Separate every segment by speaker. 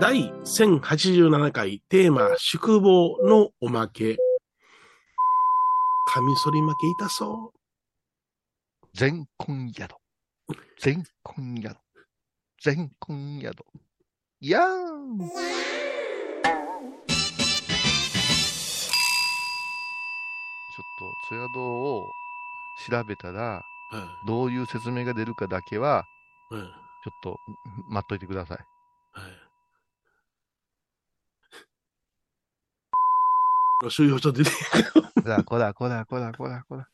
Speaker 1: 第1087回テーマ宿坊のおまけ。カミソリ負け痛そ
Speaker 2: 全婚宿。全婚宿。全婚宿。やーん。ちょっと、ツヤ堂を調べたら、
Speaker 1: う。うん
Speaker 2: どういう説明が出るかだけは、
Speaker 1: うんは
Speaker 2: ちょっと待っといてください。
Speaker 1: い。収容所出て。
Speaker 2: こらこらこらこらこらこら。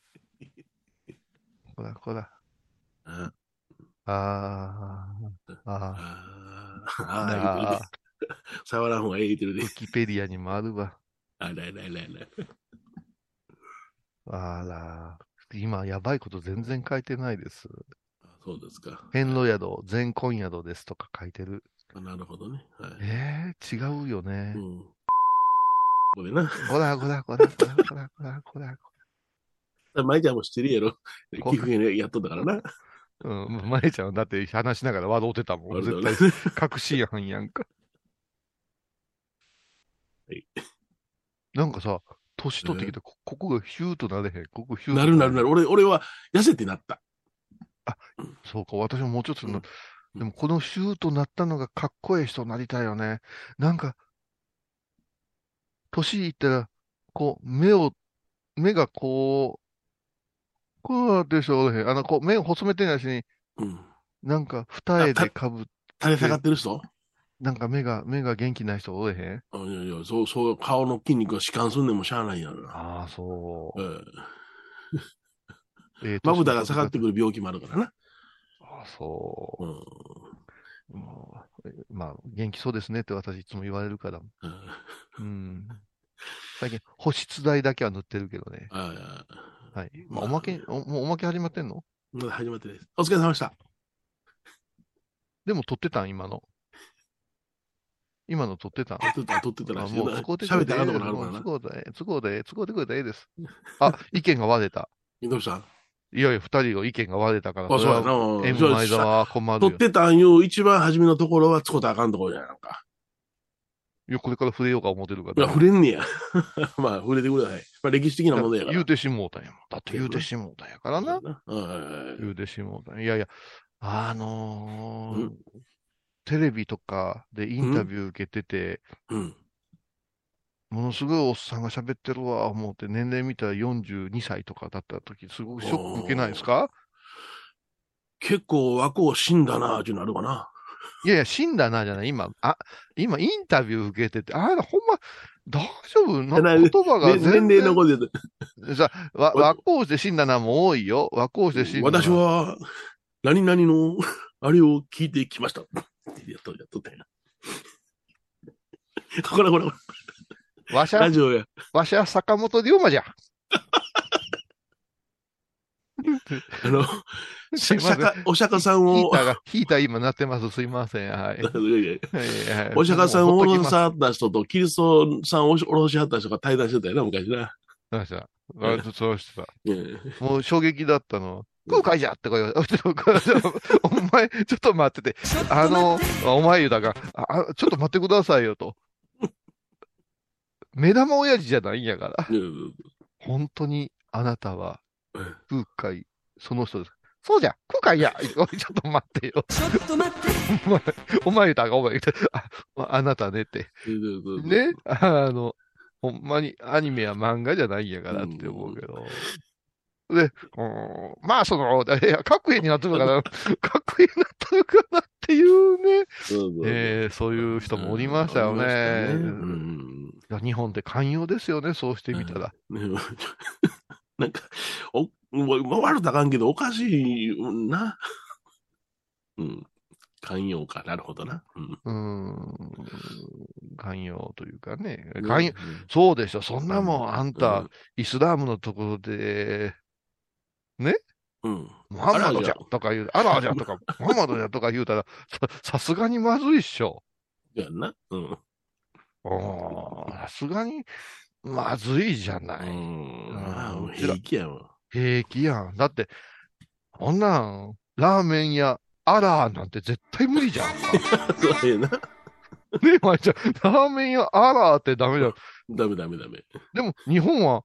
Speaker 2: こらこら。
Speaker 1: あ
Speaker 2: あーあー。
Speaker 1: あ
Speaker 2: あ
Speaker 1: ああ言うてる
Speaker 2: ー
Speaker 1: ね触らん方がええ言うてる
Speaker 2: ウ
Speaker 1: で。
Speaker 2: ィキペディアにもあるわ。
Speaker 1: あらららら。
Speaker 2: あら。今、やばいこと全然書いてないです。
Speaker 1: そうですか。
Speaker 2: 遍路宿、全婚宿ですとか書いてる。
Speaker 1: なるほどね。はい。
Speaker 2: えー、違うよね
Speaker 1: う。ん。ここでな。
Speaker 2: こらこらこらこらこらこらこら。
Speaker 1: 舞ちゃんも知ってるやろ。
Speaker 2: こ
Speaker 1: 寄付でやっとったからな。
Speaker 2: うん、まえちゃん、だって話しながら笑うてたもん。絶対、隠し犯やんか。
Speaker 1: い
Speaker 2: なんかさ、年取ってきて、こここがヒューとなれへん。ここヒュー
Speaker 1: なるなるな
Speaker 2: る。
Speaker 1: る。俺、俺は痩せてなった。
Speaker 2: そうか、私ももうちょっとな、
Speaker 1: うん
Speaker 2: でもこのヒューとなったのがかっこいい人になりたいよね。なんか、年いったら、こう、目を、目がこう、こうなってる人おらへん。あの、こう、目を細めてないしに、
Speaker 1: うん。
Speaker 2: なんか二重でかぶ、
Speaker 1: 垂れ下がってる人
Speaker 2: なんか目が、目が元気ない人おれへん。
Speaker 1: うんいやいや、そう、そう、顔の筋肉が弛緩すんでもしゃあないやろな。
Speaker 2: ああ、そ
Speaker 1: ええ
Speaker 2: う。ええ
Speaker 1: まぶたが下がってくる病気もあるからな。
Speaker 2: ああ、そうう。
Speaker 1: ん。
Speaker 2: もうえまあ、元気そうですねって私いつも言われるから。
Speaker 1: うん
Speaker 2: うん。最近、保湿剤だけは塗ってるけどね。
Speaker 1: ああ、
Speaker 2: はい。まあ、おまけ、おもうおまけ始まってんの
Speaker 1: まだ始まってないです。お疲れ様でした。
Speaker 2: でも撮ってたん今の。今の撮ってたん
Speaker 1: 撮ってた、撮ってた
Speaker 2: あ
Speaker 1: らしい
Speaker 2: もう
Speaker 1: な。
Speaker 2: 使うて
Speaker 1: 喋ったらあかんとこ
Speaker 2: ええ
Speaker 1: ろあ
Speaker 2: もう
Speaker 1: るか
Speaker 2: 使うてええ使うてええ使うてくれたらええです。あ、意見が割れた。
Speaker 1: らな。どうしたあ、
Speaker 2: いやいや、二人の意見が割れたから、
Speaker 1: そうやな。
Speaker 2: それは M
Speaker 1: そう
Speaker 2: 前田は困る
Speaker 1: 撮
Speaker 2: よ
Speaker 1: っ。てたんよ、一番初めのところは使うたらあかんところやなんか。
Speaker 2: いや、これから触れようか思ってるか
Speaker 1: いや、
Speaker 2: ら。
Speaker 1: 触れんねや。 まあ、触れてください。まあ、歴史的なものやから。
Speaker 2: 言うてしもうたんやもん。だって言うてしもうたんやからな。
Speaker 1: うんうんうん
Speaker 2: 言うてしもうたん。いやいや、あのー
Speaker 1: ん
Speaker 2: テレビとかでインタビュー受けてて、
Speaker 1: うん。
Speaker 2: ものすごいおっさんが喋ってるわ、思って、年齢見たら42歳とかだった時、すごくショック受けないですか
Speaker 1: 結構、枠を死んだな、っていうのあるかな。
Speaker 2: いやいや、死んだな、じゃない。今、あ、今、インタビュー受けてて、あら、ほんま、大丈夫な
Speaker 1: な
Speaker 2: 言葉が
Speaker 1: ね
Speaker 2: 全
Speaker 1: 年齢の
Speaker 2: 然、
Speaker 1: ことで
Speaker 2: さ、わ、和光寺死んだなも多いよ。和光寺死んだな。
Speaker 1: 私は、何々の、あれを聞いてきました。ってやっと、やっとったん や。ほらほらほら、
Speaker 2: わしゃ
Speaker 1: ラ、ジオや。
Speaker 2: わしゃ、坂本龍馬じゃ。
Speaker 1: あの、
Speaker 2: すいません
Speaker 1: 釈迦お釈迦さん
Speaker 2: ヒー
Speaker 1: を
Speaker 2: タ、ーが、ヒーター今なってます。すいませ ん。はい。
Speaker 1: いやいや
Speaker 2: はい
Speaker 1: お釈迦さんを
Speaker 2: もう
Speaker 1: お
Speaker 2: ほっ
Speaker 1: ろ
Speaker 2: とき
Speaker 1: しはった人と、キリストさんをおろしはった人が対談してたよな、昔な。
Speaker 2: ました。わそうしてた。
Speaker 1: ええ
Speaker 2: もう衝撃だったのは、空海じゃってこ うお前、ちょっと待ってて、あの、お前言うだが、ああちょっと待ってくださいよと。 目玉親父じゃないんやから。
Speaker 1: うん
Speaker 2: 本当にあなたは
Speaker 1: うん
Speaker 2: 空海、その人です。そうじゃ、空海や。おいちょっと待ってよ。 お前、お前言うだが、お前言うたあまあなたねって。ね、あの、ほんまにアニメや漫画じゃないんやからって思うけど。で、うーんまあ、その、いや、各になってる かな、各になってるかなっていうね、
Speaker 1: そうそう
Speaker 2: えーそういう人もおりましたよね。
Speaker 1: うん
Speaker 2: いや日本って寛容ですよね、そうしてみたら。
Speaker 1: ね なんか、お、お悪だかんけど、おかしいな。 うん。寛容か。なるほどな。うん。
Speaker 2: うーん、寛容というかね、寛
Speaker 1: う
Speaker 2: 容、
Speaker 1: ん
Speaker 2: そうでしょ、そんなもん、あん
Speaker 1: う
Speaker 2: た
Speaker 1: ん、
Speaker 2: イスラームのところで、
Speaker 1: うん。
Speaker 2: ムハンマ
Speaker 1: あら
Speaker 2: ド
Speaker 1: じ
Speaker 2: じ
Speaker 1: ゃ
Speaker 2: ゃとか言う、あらじゃ とか、ムハンマドじゃとか言うたら、ささすがにまずいっしょ。
Speaker 1: やんな。うん。
Speaker 2: おーさすがにまずいじゃ
Speaker 1: う。
Speaker 2: ない。うん
Speaker 1: な。
Speaker 2: うん
Speaker 1: もう平気やわ。
Speaker 2: 平気やん。だって、こんなん、ラーメン屋、あらーなんて絶対無理 じゃん。
Speaker 1: そうやな。
Speaker 2: ねえ、まいちゃん、ラーメン屋、あらーってダメだよ。
Speaker 1: ダメダメダメ。
Speaker 2: でも、日本は、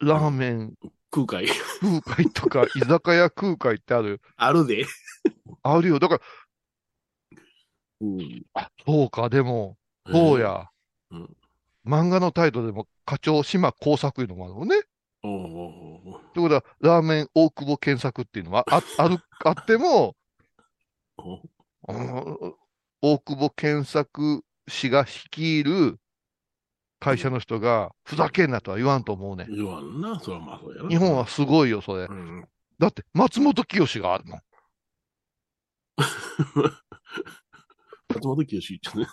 Speaker 2: ラーメン
Speaker 1: 空海
Speaker 2: 空海とか、居酒屋空海 ってある。
Speaker 1: あるで。
Speaker 2: あるよ。だから、
Speaker 1: うん。
Speaker 2: あ、そうか、でも、そうや。
Speaker 1: うん
Speaker 2: 漫画のタイトルでも、課長島工作いうのもあるもんね。
Speaker 1: おうおうおう
Speaker 2: ってことは、ラーメン大久保健作っていうのは、あ、ある、あっても、
Speaker 1: おう
Speaker 2: うん大久保健作氏が率いる会社の人が、ふざけんなとは言わんと思うね。
Speaker 1: 言わんな、それはまあそうやな。
Speaker 2: 日本は、すごいよ、それ
Speaker 1: う。ん、
Speaker 2: だって、松本清があるの。
Speaker 1: 松本清志言っち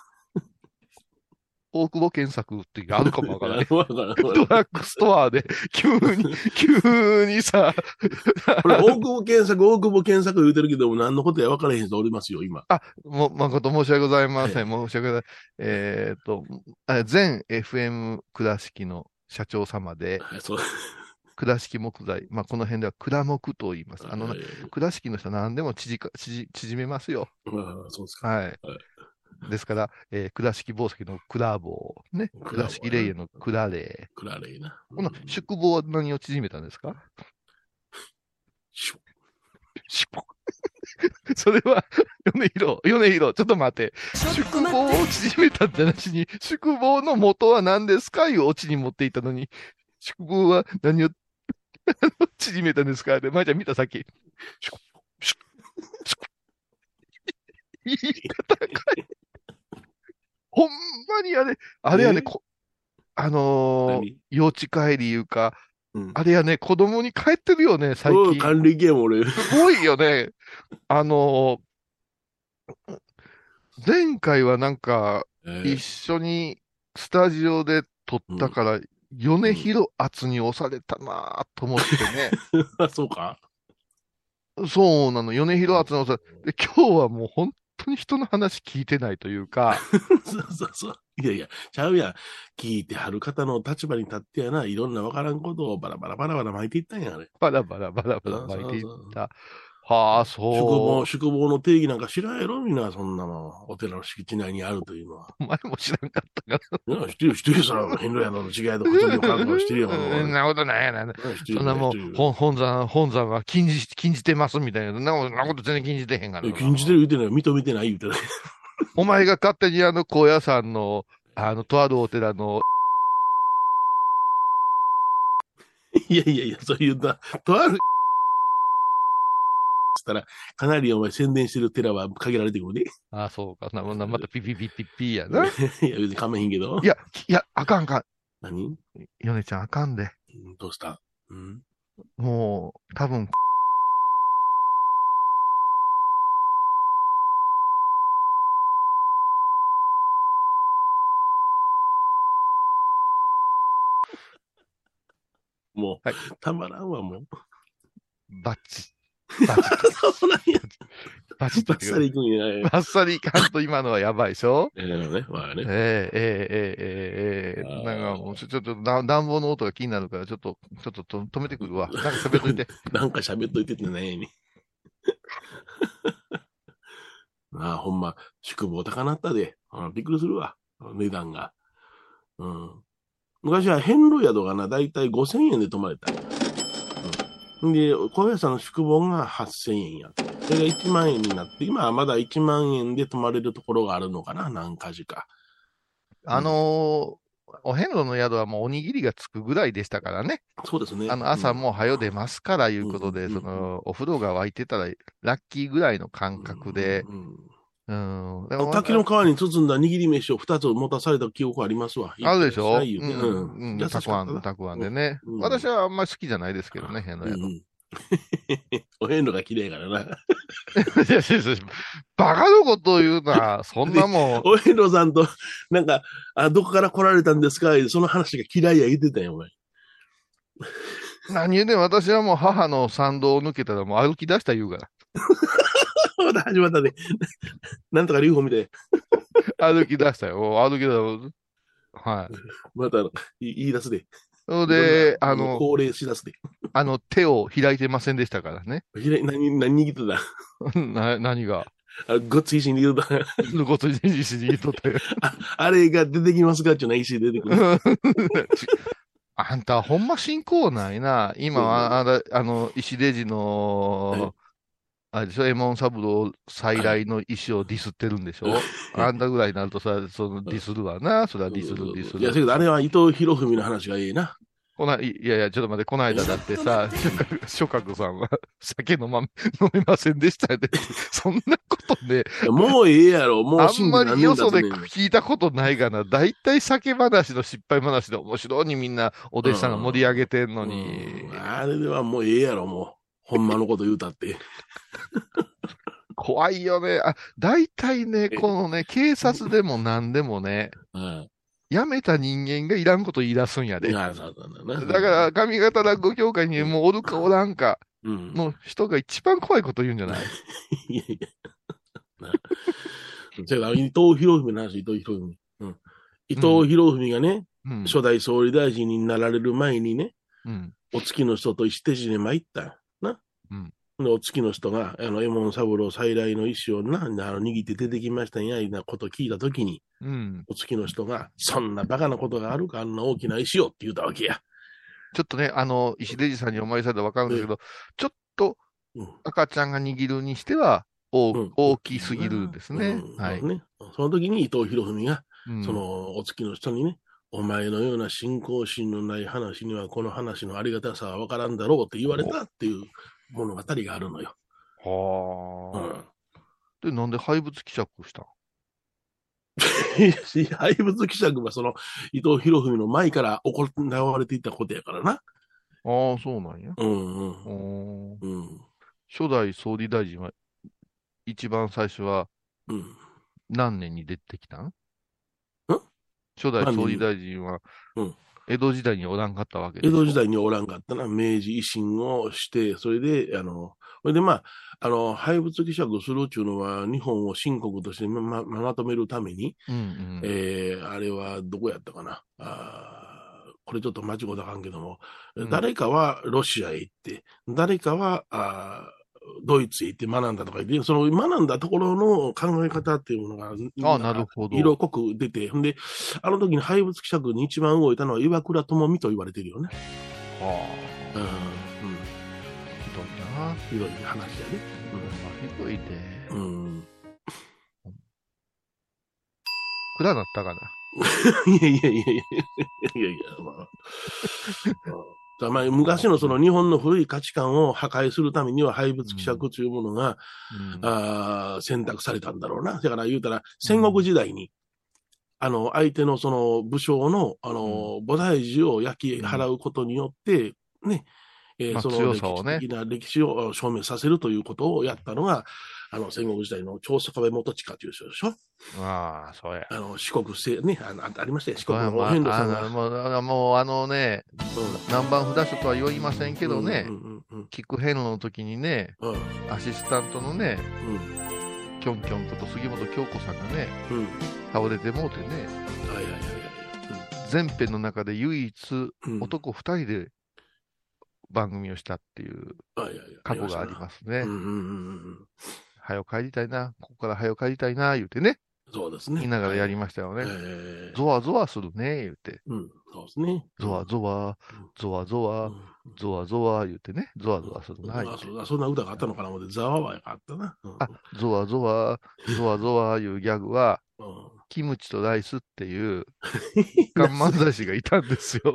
Speaker 2: 大久保健作ってあるかもわ
Speaker 1: ゃ
Speaker 2: から
Speaker 1: う
Speaker 2: な
Speaker 1: ね
Speaker 2: い。。
Speaker 1: わからん
Speaker 2: ドラッグストアで、急に、急にさ、
Speaker 1: これ、大久保検索、大久保検索言うてるけども、何のことや分からへん人おりますよ、今。
Speaker 2: あ、も、誠申し訳ございません。申し訳ございません。えーっと、あ前 FM 倉敷の社長様で、
Speaker 1: はい、 そう。
Speaker 2: 倉敷木材、まあ、この辺では倉木と言います。あの
Speaker 1: は
Speaker 2: ね、
Speaker 1: い
Speaker 2: 倉敷の人は何でも縮か縮縮めますよ。
Speaker 1: まあ、そうですか。
Speaker 2: はい。ですから、えー倉敷宝石の倉棒、ね、
Speaker 1: 棒
Speaker 2: 倉敷霊園の倉霊。
Speaker 1: クラレイな。
Speaker 2: この宿坊は何を縮めたんですか
Speaker 1: シュッ
Speaker 2: しぽ それは、米広、米広、ちょっと待って。宿坊を縮めたって話に、宿坊の元は何ですかいうオチに持っていったのに、宿坊は何を 縮めたんですかで、まいちゃん見たさっき。シュコシュコシュコ言い方変えほんまにあれ、あれやね、
Speaker 1: え
Speaker 2: こあのー
Speaker 1: 何
Speaker 2: 幼稚帰りいうか、
Speaker 1: うん
Speaker 2: あれやね、子供に帰ってるよね、最
Speaker 1: うん
Speaker 2: 近。
Speaker 1: 管理ゲーム俺、
Speaker 2: すごいよね。あのー前回はなんか、
Speaker 1: え
Speaker 2: 一緒にスタジオで撮ったから、米広圧に押されたなぁと思ってね。
Speaker 1: ー そうか
Speaker 2: そうなの、米広圧に押されで、今日はもう本当に人の話聞いてないという か、
Speaker 1: そうそうそう。いやいや、ちゃうやん。聞いてはる方の立場に立ってやな、いろんな分からんことをバラバラバラバラ巻いていったんや、あれ。
Speaker 2: バラバラバラバラ巻いてい
Speaker 1: そうそう
Speaker 2: った。はあ、
Speaker 1: 宿坊、
Speaker 2: そ
Speaker 1: 宿坊の定義なんか知らんやろ、みんな、そんなの。お寺の敷地内にあるというのは。
Speaker 2: う。お前も知らんかったか
Speaker 1: いや、知ってるよ、知ってるよ、そら、遍路宿の違いとか、
Speaker 2: ら。
Speaker 1: そういう感知ってるよ、この
Speaker 2: そんなことないやな。
Speaker 1: 知ってるよ
Speaker 2: そんなも
Speaker 1: 知って
Speaker 2: う、
Speaker 1: るよ
Speaker 2: 本本山、本山は禁じ、禁じてますみたいな。そんなことそんなこと全然禁じてへんから
Speaker 1: え
Speaker 2: な。
Speaker 1: 禁じてる言うてない、認めてない言うてない。
Speaker 2: お前が勝手にあの、高野山の、あの、とあるお寺の、
Speaker 1: いやいやいや、そういうな、とある、したら、かなりお前宣伝してる寺は限られてくるね。
Speaker 2: ああ、そうか。な、なまたピピピピピ やな。い
Speaker 1: いや、別にかめへんけど。
Speaker 2: や、いや、あかんあかん。
Speaker 1: 何
Speaker 2: ヨネちゃんあかんで。
Speaker 1: うんどうしたうん
Speaker 2: もう、多分、
Speaker 1: もう、
Speaker 2: はい
Speaker 1: たまらんわ、もう。
Speaker 2: バッチ。バッチ、
Speaker 1: そうなんや。
Speaker 2: バッチ
Speaker 1: バッサリ行くんや。え
Speaker 2: バッサリいかんと今のはやばいでしょ
Speaker 1: えのね、まあね。
Speaker 2: えええええええええなんかもうちょ、ちょっとな暖房の音が気になるから、ちょっと、ちょっとと止めてくるわ。なんか喋っといて。
Speaker 1: なんか喋っといてってねえに。 ああ、ほんま、宿坊高なったで。あびっくりするわ。値段が。うん。昔は遍路宿がな、だいたい5000円で泊まれた。うん。で、小林さんの宿坊が8000円や。それが1万円になって、今はまだ1万円で泊まれるところがあるのかな、何か所か。
Speaker 2: あのーお遍路の宿はもうおにぎりがつくぐらいでしたからね。
Speaker 1: そうですね。
Speaker 2: あの、朝
Speaker 1: うん
Speaker 2: もう早出ますからいうこと
Speaker 1: う
Speaker 2: で、
Speaker 1: んうん
Speaker 2: その、お風呂が沸いてたらラッキーぐらいの感覚で、
Speaker 1: うんうん
Speaker 2: うん。で
Speaker 1: あの
Speaker 2: も
Speaker 1: 滝の川に包んだ握り飯を2つ持たされた記憶ありますわ。
Speaker 2: あるでしょう
Speaker 1: 言うて
Speaker 2: ん、うん、
Speaker 1: 優しか
Speaker 2: た
Speaker 1: った
Speaker 2: くあ、
Speaker 1: なん
Speaker 2: たくあんでね
Speaker 1: うん。
Speaker 2: 私はあんまり好きじゃ ないですけどね、変な
Speaker 1: うんうん、 お遍路が綺麗やからな。
Speaker 2: 宿。いやいやいやバカのことを言うな、そんなもん。
Speaker 1: お遍路さんと、なんか、あ、どこから来られたんですかその話が嫌いや言ってたよ、お前。
Speaker 2: 何言うねん私はもう母の参道を抜けたらもう歩き出した言うか
Speaker 1: また始まったね。 なんとか流法みたい。
Speaker 2: ら。歩き出したよ。歩き出した。はい。
Speaker 1: またあのい言い出すで。
Speaker 2: それで、
Speaker 1: も
Speaker 2: あ
Speaker 1: う
Speaker 2: の、
Speaker 1: 高齢しだすで。
Speaker 2: あの、手を開いてませんでしたからね。
Speaker 1: ひれ何、何握って
Speaker 2: な何が。
Speaker 1: たあ ごっつい石握ってた。
Speaker 2: ごついじじじ言っとったよ。
Speaker 1: あれが出てきますかっていうのは石出てくる。
Speaker 2: あんた、ほんま信仰ないな。今は、あだあの、石レジの、あれでしょ、エモンサブロー再来の石をディスってるんでしょ。あんたぐらいになるとさ、そのディスるわな。それは ディスる、ディス
Speaker 1: いや、だけ
Speaker 2: る。
Speaker 1: どあれは伊藤博文の話がいいな。
Speaker 2: こない、いやいや、ちょっと待って、この間だってさ、 諸角諸角さんは酒飲ま、飲みませんでしたよね。そんなことね、
Speaker 1: いや もうええやろ。もう
Speaker 2: あん
Speaker 1: 信
Speaker 2: ま
Speaker 1: じ何
Speaker 2: り
Speaker 1: 年
Speaker 2: よ
Speaker 1: 経
Speaker 2: そ
Speaker 1: つ
Speaker 2: で
Speaker 1: ねん
Speaker 2: 聞いたことないがな、だいたい酒話の失敗話で面白いにみんなお弟子さんが盛り上げてんのに
Speaker 1: う、んあれではもうええやろ、もう。ほんまのこと言うたって。
Speaker 2: 怖いよね。あ、だいたいね、
Speaker 1: え
Speaker 2: このね、警察でも何でもね、
Speaker 1: うん。
Speaker 2: 辞めた人間がいらんこと言い出すんや
Speaker 1: い
Speaker 2: で。だ
Speaker 1: やそうだな。
Speaker 2: から、上方落語協会にもうおるかおらんか
Speaker 1: うん、
Speaker 2: の人が一番怖いこと言うんじゃない
Speaker 1: いやいや。なせやから伊藤博文の話、伊藤博文。うん。伊藤博文がね、
Speaker 2: うん。
Speaker 1: 初代総理大臣になられる前にね、
Speaker 2: うん。
Speaker 1: お月の人と石手寺に参った。な。
Speaker 2: うん
Speaker 1: で、お月の人が、あの、エモン三郎再来の意思をな、あの、握って出てきましたんや、いうなこと聞いたときに、
Speaker 2: うん。
Speaker 1: お月の人が、そんなバカなことがあるか、あんな大きな石をって言ったわけや。
Speaker 2: ちょっとね、あの、石出ジさんにお参りされたらわかるんですけど、ちょっと
Speaker 1: うん
Speaker 2: 赤ちゃんが握るにしては、大
Speaker 1: うん
Speaker 2: 大きすぎるんです
Speaker 1: う
Speaker 2: ね
Speaker 1: ん。
Speaker 2: はい。
Speaker 1: ね。その時に伊藤博文が、
Speaker 2: うん
Speaker 1: そのお月の人にね、お前のような信仰心のない話にはこの話のありがたさはわからんだろうって言われたっていう物語があるのよ。う
Speaker 2: はあ、
Speaker 1: ん。
Speaker 2: で、なんで廃物希釈したん
Speaker 1: いやし廃物希釈はその伊藤博文の前から行われていたことやからな。
Speaker 2: ああ、そうなんや。
Speaker 1: うんうん。
Speaker 2: おー
Speaker 1: うん。
Speaker 2: 初代総理大臣は、一番最初は
Speaker 1: うん。
Speaker 2: 何年に出てきたんん初
Speaker 1: 何
Speaker 2: 代
Speaker 1: 年に
Speaker 2: 総理大臣は
Speaker 1: うん、
Speaker 2: 江戸時代におらんかったわけで
Speaker 1: 江
Speaker 2: しょ
Speaker 1: 戸時代におらんかったな、明治維新をして、それで、あの、それでまあ、あの、廃物希釈するっていうのは、日本を新国としてま、ま、まとめるために、
Speaker 2: うんうん。
Speaker 1: えーあれはどこやったかな。あーこれちょっと間違うたらあかんけども、
Speaker 2: うん
Speaker 1: 誰かはロシアへ行って、誰かはあードイツへ行って学んだとか言って、その学んだところの考え方っていうのが、
Speaker 2: ああ、なるほど。
Speaker 1: 色濃く出て、ほんで、あの時に廃物希釈に一番動いたのは岩倉智美と言われてるよね。
Speaker 2: は
Speaker 1: う
Speaker 2: あ、
Speaker 1: ん、うん、
Speaker 2: ひどいな。
Speaker 1: ひどい話やね。
Speaker 2: ほんまひどいで。
Speaker 1: うん。
Speaker 2: 暗なったかな。
Speaker 1: いやいやいやいやいやいや、まあ。まあまあ、昔のその日本の古い価値観を破壊するためには廃物希釈というものが、
Speaker 2: うん
Speaker 1: あー選択されたんだろうな。だから言うたら、戦国時代に、あの、相手のその武将の、あの、菩提寺を焼き払うことによって、ね、えー
Speaker 2: まあ
Speaker 1: その
Speaker 2: 強
Speaker 1: 歴
Speaker 2: さを
Speaker 1: 史
Speaker 2: ね
Speaker 1: 的な歴史を証明させるということをやったのが、あの、戦国時代の長坂部元親という人でしょ
Speaker 2: ああ、そうや。
Speaker 1: あの、四国制、ね、あのあありましたよ。四
Speaker 2: こ
Speaker 1: 国
Speaker 2: れ
Speaker 1: のお
Speaker 2: はま
Speaker 1: 遍路
Speaker 2: あ、
Speaker 1: さ
Speaker 2: あ
Speaker 1: んが。
Speaker 2: のもうあのもうあのね、南蛮札所とは言いませんけどね
Speaker 1: う、んうんうん
Speaker 2: キックヘンの時にね、
Speaker 1: うんうん
Speaker 2: アシスタントのね、キョンキョンこと杉本京子さんがね、
Speaker 1: うんうん
Speaker 2: 倒れてもうてね、
Speaker 1: はいはいはいはい
Speaker 2: 全編の中で唯一
Speaker 1: うんうん
Speaker 2: 男二人で番組をしたっていう
Speaker 1: はいはいはい
Speaker 2: 過去がありますね
Speaker 1: うん。うんうんうん
Speaker 2: はよ帰りたいな、ここからはよ帰りたいな、言うてね、
Speaker 1: そうですね。
Speaker 2: 言いながらや
Speaker 1: り
Speaker 2: りましたよね。
Speaker 1: え
Speaker 2: ゾワゾワするね、言うて。
Speaker 1: うん、そうですね。
Speaker 2: ゾワゾワ、ゾワゾ
Speaker 1: ワ
Speaker 2: ワ、ゾワゾワ、言うてね、ゾワゾワするな、
Speaker 1: はい
Speaker 2: 言うて。
Speaker 1: そ。そんな歌があったのかな思って、ざわわやあったな。うん
Speaker 2: あ、ゾワゾワ、ゾワゾワいうギャグは、
Speaker 1: うん
Speaker 2: キムチとライスって いう、日韓漫才師がいたんです よ。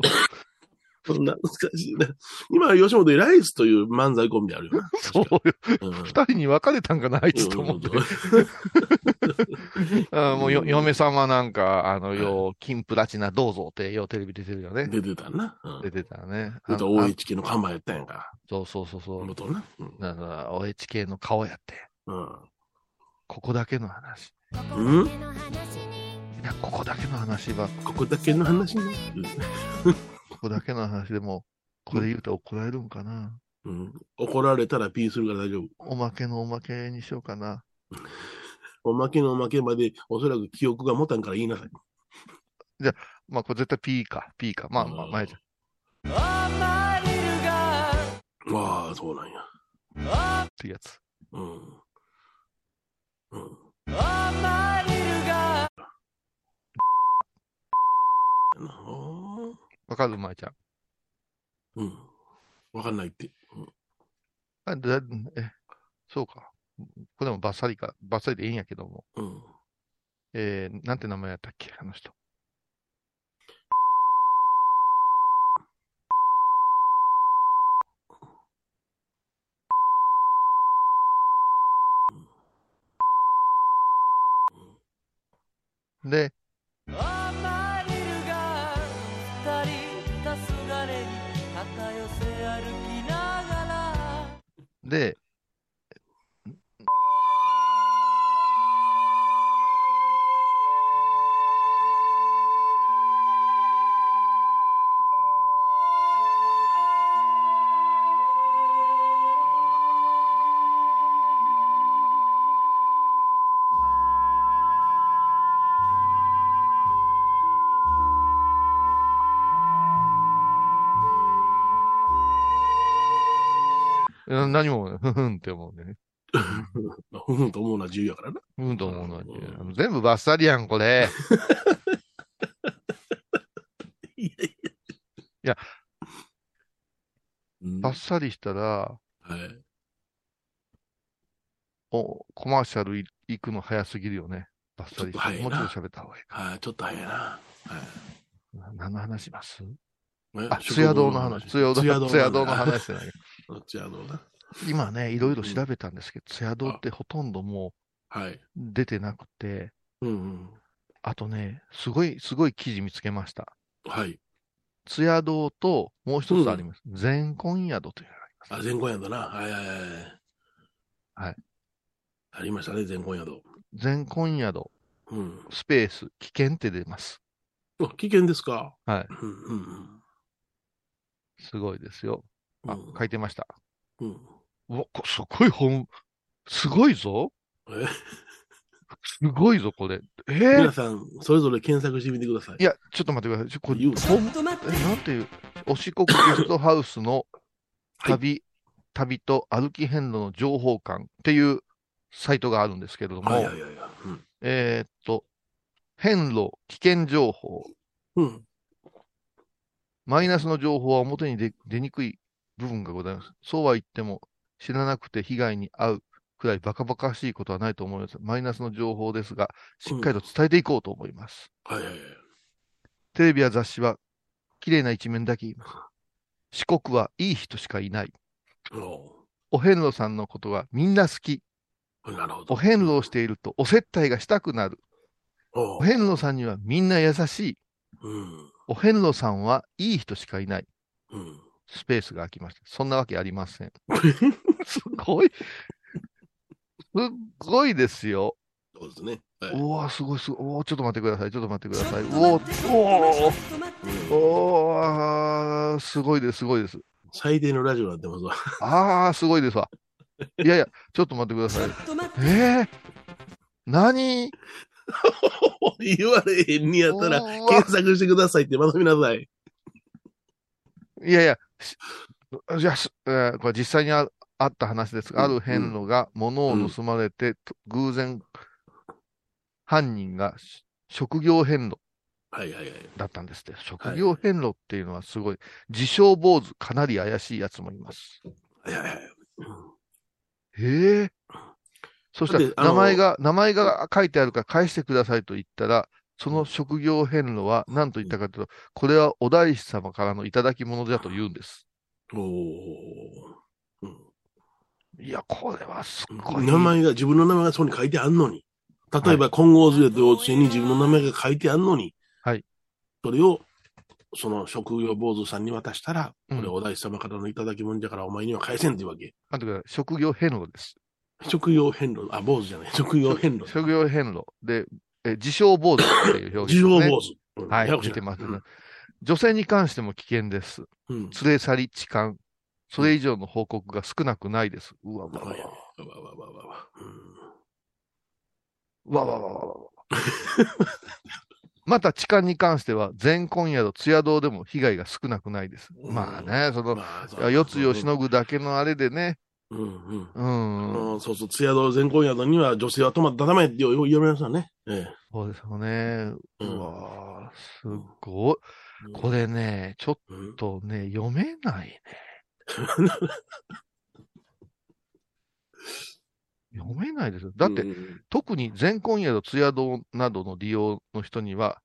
Speaker 1: そんな難しいな。今、吉本でライスという漫才コンビあるよな。
Speaker 2: そう
Speaker 1: 確か。
Speaker 2: よ。
Speaker 1: うんうん
Speaker 2: 二人に分かれたんかな、あいつと思って。あもうよ、
Speaker 1: うん
Speaker 2: 嫁様なんか、あの、
Speaker 1: い
Speaker 2: よう、金プラチナどうぞって、ようテレビ出てるよね。
Speaker 1: 出てたな。
Speaker 2: 出てたね。
Speaker 1: 出
Speaker 2: あ
Speaker 1: た
Speaker 2: のあ
Speaker 1: OHK の看板やったんやんか。
Speaker 2: そうそうそうそう。
Speaker 1: 元な。うん
Speaker 2: なんか、OHK の顔やって。
Speaker 1: うん
Speaker 2: ここだけの話。
Speaker 1: うん
Speaker 2: いや、ここだけの話は、
Speaker 1: ここだけの話ね。
Speaker 2: ここだけの話でも、これ言うと怒られるんかな。
Speaker 1: うんうん怒られたらピーするから大丈夫。
Speaker 2: おまけのおまけにしようかな。
Speaker 1: おまけのおまけまで、おそらく記憶が持たんから言いなさい。
Speaker 2: まあ、これ絶対 P か、P か。まあまあ、
Speaker 1: うん
Speaker 2: 前じゃん。
Speaker 1: あ、そうなんや。
Speaker 2: てやつ。
Speaker 1: うん。うん。なあ
Speaker 2: わかる、まいちゃん。
Speaker 1: うん。わかんないって。うん
Speaker 2: あだえ、そうか。これもバッサリか、バッサリでいいんやけども。
Speaker 1: うん。
Speaker 2: えー、なんて名前やったっけ、あの人。で、で、な何も、ふふんって思うんでね。
Speaker 1: まあふんと思うのは自由やからな。
Speaker 2: ふふんと思うのはね、全部バッサリやん、これ。
Speaker 1: いやい
Speaker 2: や。
Speaker 1: うん、
Speaker 2: バ
Speaker 1: は
Speaker 2: ッサリしたら、
Speaker 1: い。
Speaker 2: おコマーシャルい行くの早すぎるよね。バッサ
Speaker 1: ちょ
Speaker 2: リ
Speaker 1: っと早いな
Speaker 2: もうちょっと喋った方がいいか。
Speaker 1: はい、ちょっと早いな。はい。
Speaker 2: な何の話します
Speaker 1: え
Speaker 2: あ、ツヤ堂の話。ツヤ堂
Speaker 1: 艶堂
Speaker 2: ツヤ堂の。 話じゃない。
Speaker 1: ツヤ堂な。
Speaker 2: 今ね、いろいろ調べたんですけど、ツヤ堂ってほとんども
Speaker 1: はい。
Speaker 2: う出てなくて、
Speaker 1: うんうん。
Speaker 2: あとね、すごい、すごい記事見つけました。
Speaker 1: はい。
Speaker 2: ツヤ堂と、もう一つあります。全婚宿というのがありま
Speaker 1: あ、
Speaker 2: す。
Speaker 1: 全婚宿な。はいはいはい。
Speaker 2: はい。
Speaker 1: ありましたね、全婚宿。
Speaker 2: 全婚宿、
Speaker 1: うん。
Speaker 2: スペース、危険って出ます。
Speaker 1: あ危険ですか。
Speaker 2: はい。
Speaker 1: うんうん
Speaker 2: すごいですよ。
Speaker 1: うん。
Speaker 2: あ、書いてました。
Speaker 1: うん。
Speaker 2: うわ、こすごい本、すごいぞ。
Speaker 1: え
Speaker 2: すごいぞ、これ。えー
Speaker 1: 皆さん、それぞれ検索してみてください。
Speaker 2: いや、ちょっと待ってください。ちょこれ、
Speaker 1: 言う
Speaker 2: ほんえなんていう、おしこくゲストハウスの
Speaker 1: はい
Speaker 2: 旅、旅と歩き遍路の情報館っていうサイトがあるんですけれども、
Speaker 1: はいはいはいはい。うん
Speaker 2: えーっと、遍路、危険情報、
Speaker 1: うん。
Speaker 2: マイナスの情報は表に出出にくい部分がございます。そうは言っても、知らなくて被害に遭うくらいバカバカしいことはないと思います。マイナスの情報ですが、しっかりと伝えていこうと思います。
Speaker 1: はいはいはい。
Speaker 2: テレビや雑誌は、綺麗な一面だけ言います。四国はいい人しかいない。
Speaker 1: お
Speaker 2: お遍路さんのことがみんな好き。
Speaker 1: うなるほど。
Speaker 2: お遍路をしているとお接待がしたくなる。
Speaker 1: お
Speaker 2: お
Speaker 1: う
Speaker 2: 遍路さんにはみんな優しい。
Speaker 1: うん。
Speaker 2: お遍路さんはいい人しかいない。
Speaker 1: うん。
Speaker 2: スペースが空きました。そんなわけありません。すごい。すっごいですよ。
Speaker 1: そうですね。はい。
Speaker 2: おお、すごいすごい。おお、ちょっと待ってください。ちょっと待ってください。おーおー
Speaker 1: うん
Speaker 2: おーあーすごいです、すごいです。
Speaker 1: 最低のラジオになってますわ。
Speaker 2: ああ、すごいですわ。いやいや、ちょっと待ってください。えー、何
Speaker 1: 言われへんにやったら、
Speaker 2: うわ
Speaker 1: 検索してくださいって学びなさい。
Speaker 2: いやいや、しじゃあ、すえーこれ実際にああった話ですが、あ
Speaker 1: うん
Speaker 2: る遍路が物を盗まれて、と偶然、犯人がし職業遍路
Speaker 1: はいはいはい。
Speaker 2: だったんですって。職業遍路っていうのはすごい、自称坊主、かなり怪しいやつもいます。
Speaker 1: はいはいはい。うん
Speaker 2: へえ。そした
Speaker 1: だって、
Speaker 2: ら
Speaker 1: あの
Speaker 2: 名前が、名前が書いてあるから返してくださいと言ったら、その職業遍路は何と言ったかというと、これはお大師様からの頂き物だと言うんです。
Speaker 1: おお。うん
Speaker 2: いや、これはすっごい。
Speaker 1: 名前が、自分の名前がそこに書いてあんのに。例えば、金剛図やと幼稚園に自分の名前が書いてあんのに。
Speaker 2: はい。
Speaker 1: それを、その職業坊主さんに渡したら、
Speaker 2: うん
Speaker 1: これお大師様からの頂き物じゃからお前には返せんっていうわけ。
Speaker 2: 待ってください。職業遍路です。
Speaker 1: 職業遍路、あ、坊主じゃない、職業遍路。
Speaker 2: 職業遍路。で、え自称坊主っていう表
Speaker 1: 自称
Speaker 2: 現です、ね。
Speaker 1: 坊主。うん
Speaker 2: は
Speaker 1: ややこ
Speaker 2: い、
Speaker 1: し
Speaker 2: 出
Speaker 1: な
Speaker 2: てます、女性に関しても危険です。
Speaker 1: うんうん
Speaker 2: 連れ去り、痴漢。それ以上の報告が少なくないです。うわうわうわ
Speaker 1: はいわわわわわうん
Speaker 2: うわうわうわうわうわまた痴漢に関しては、全婚宿、津屋堂でも被害が少なくないです。
Speaker 1: うん
Speaker 2: まあね、その、
Speaker 1: まあそう
Speaker 2: いや四つをしのぐだけのあれでね、
Speaker 1: うんうん。
Speaker 2: うん、
Speaker 1: うん、そうそう、津宿全婚宿には女性は泊まったらダメってよ読みましたね。え
Speaker 2: そうですよね。
Speaker 1: え。
Speaker 2: うわーすごい。
Speaker 1: うん
Speaker 2: これね、ちょっ
Speaker 1: うん
Speaker 2: とね、読めな いね。読めないですよ。だって、
Speaker 1: うん
Speaker 2: 特に全婚宿、津屋堂などの利用の人には、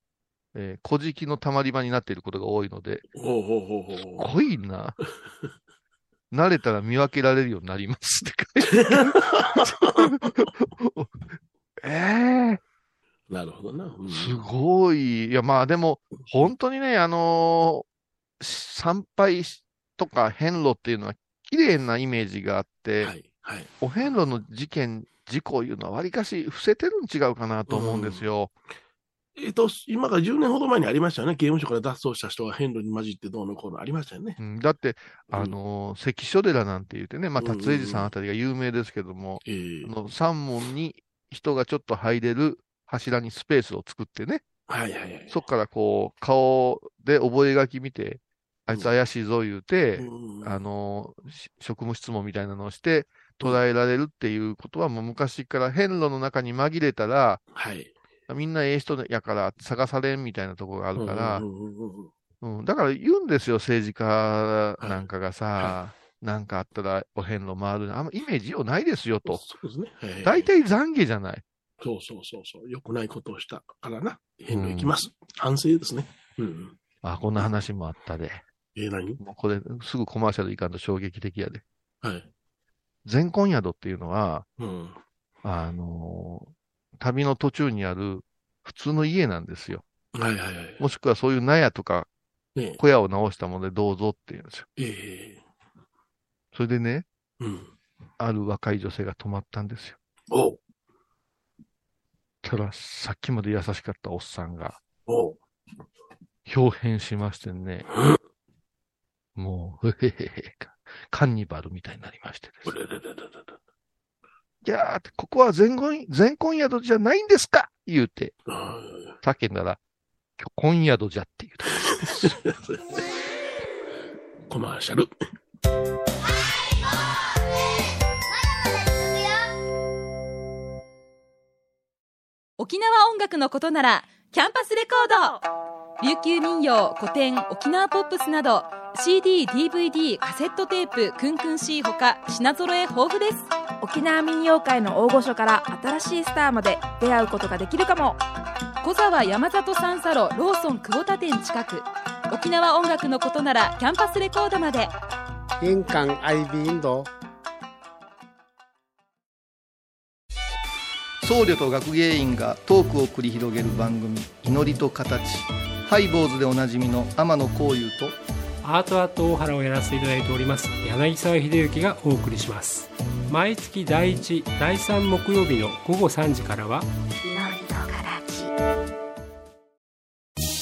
Speaker 2: えー、小敷のたまり場になっていることが多いので、
Speaker 1: ほうほうほう
Speaker 2: す
Speaker 1: ほう。
Speaker 2: ごいな。慣れたら見分けられるようになりますって書い てあるえ
Speaker 1: なるほどな。う
Speaker 2: え
Speaker 1: ん
Speaker 2: すごい。いや、まあでも、本当にね、あのー参拝とか遍路っていうのは、綺麗なイメージがあって、
Speaker 1: はい。はい。
Speaker 2: お遍路の事件、事故いうのは、わりかし伏せてるん違うかなと思うんですよ。
Speaker 1: えっ、と、今から10年ほど前にありましたよね。刑務所から脱走した人が遍路に混じってどうのこうのありましたよね。
Speaker 2: うん、だって、
Speaker 1: うん
Speaker 2: あのー関所寺なんて言ってね、まあ、
Speaker 1: うんうんうん
Speaker 2: 達英寺さんあたりが有名ですけども、
Speaker 1: ええ
Speaker 2: あの三門に人がちょっと入れる柱にスペースを作ってね、
Speaker 1: はいはいはい。
Speaker 2: そこからこう、顔で覚書き見て、あいつ怪しいぞ言うて、
Speaker 1: うん
Speaker 2: あのーし職務質問みたいなのをして、捉えられるっていうことは、もう昔から遍路の中に紛れたら、
Speaker 1: はい。
Speaker 2: みんなええ人やから探されんみたいなところがあるから、
Speaker 1: うんうんうんうん
Speaker 2: うん、だから言うんですよ、政治家
Speaker 1: い
Speaker 2: なんかがさ、
Speaker 1: は
Speaker 2: なんかあったらお遍路回る、あんまイメージよないですよと。
Speaker 1: そうですね。はい
Speaker 2: 大。体懺悔じゃない。
Speaker 1: そうそうそうそう。良くないことをしたからな。遍路行きます。反省ですね。うん。
Speaker 2: あ、こんな話もあったで。
Speaker 1: えー、何
Speaker 2: もうこれ、すぐコマーシャルいかんと衝撃的やで。
Speaker 1: はい。
Speaker 2: 全婚宿っていうのは、
Speaker 1: うん。
Speaker 2: あのー旅の途中にある普通の家なんですよ。
Speaker 1: はいはいはい。
Speaker 2: もしくはそういう納屋とか
Speaker 1: ね
Speaker 2: 小屋を直したものでどうぞって言うんですよ。
Speaker 1: ええ
Speaker 2: それでね、
Speaker 1: うん。
Speaker 2: ある若い女性が泊まったんですよ。
Speaker 1: おう
Speaker 2: たら、さっきまで優しかったおっさんが、
Speaker 1: おう
Speaker 2: 表変しましてね、もう、へへへへ、カンニバルみたいになりましてです
Speaker 1: う
Speaker 2: ね。
Speaker 1: れれれれれれ
Speaker 2: いやーって、ここは全婚、全婚宿じゃないんですか言うて、
Speaker 1: あ
Speaker 2: 叫んだら、虚婚宿じゃって言うて。
Speaker 1: ーコマーシャル。
Speaker 3: 沖縄音楽のことならキャンパスレコード琉球民謡古典沖縄ポップスなど CDDVD カセットテープクンクン C ほか品揃え豊富です
Speaker 4: 沖縄民謡界の大御所から新しいスターまで出会うことができるかも
Speaker 3: 小沢山里三佐路ローソン久保田店近く沖縄音楽のことならキャンパスレコードまで
Speaker 5: 玄関アイビーインド
Speaker 6: 僧侶と学芸員がトークを繰り広げる番組「祈りと形」ハイボーズでおなじみの天野幸雄と
Speaker 7: アートアート大原をやらせていただいております柳沢秀幸がお送りします毎月第1第3木曜日の午後3時からは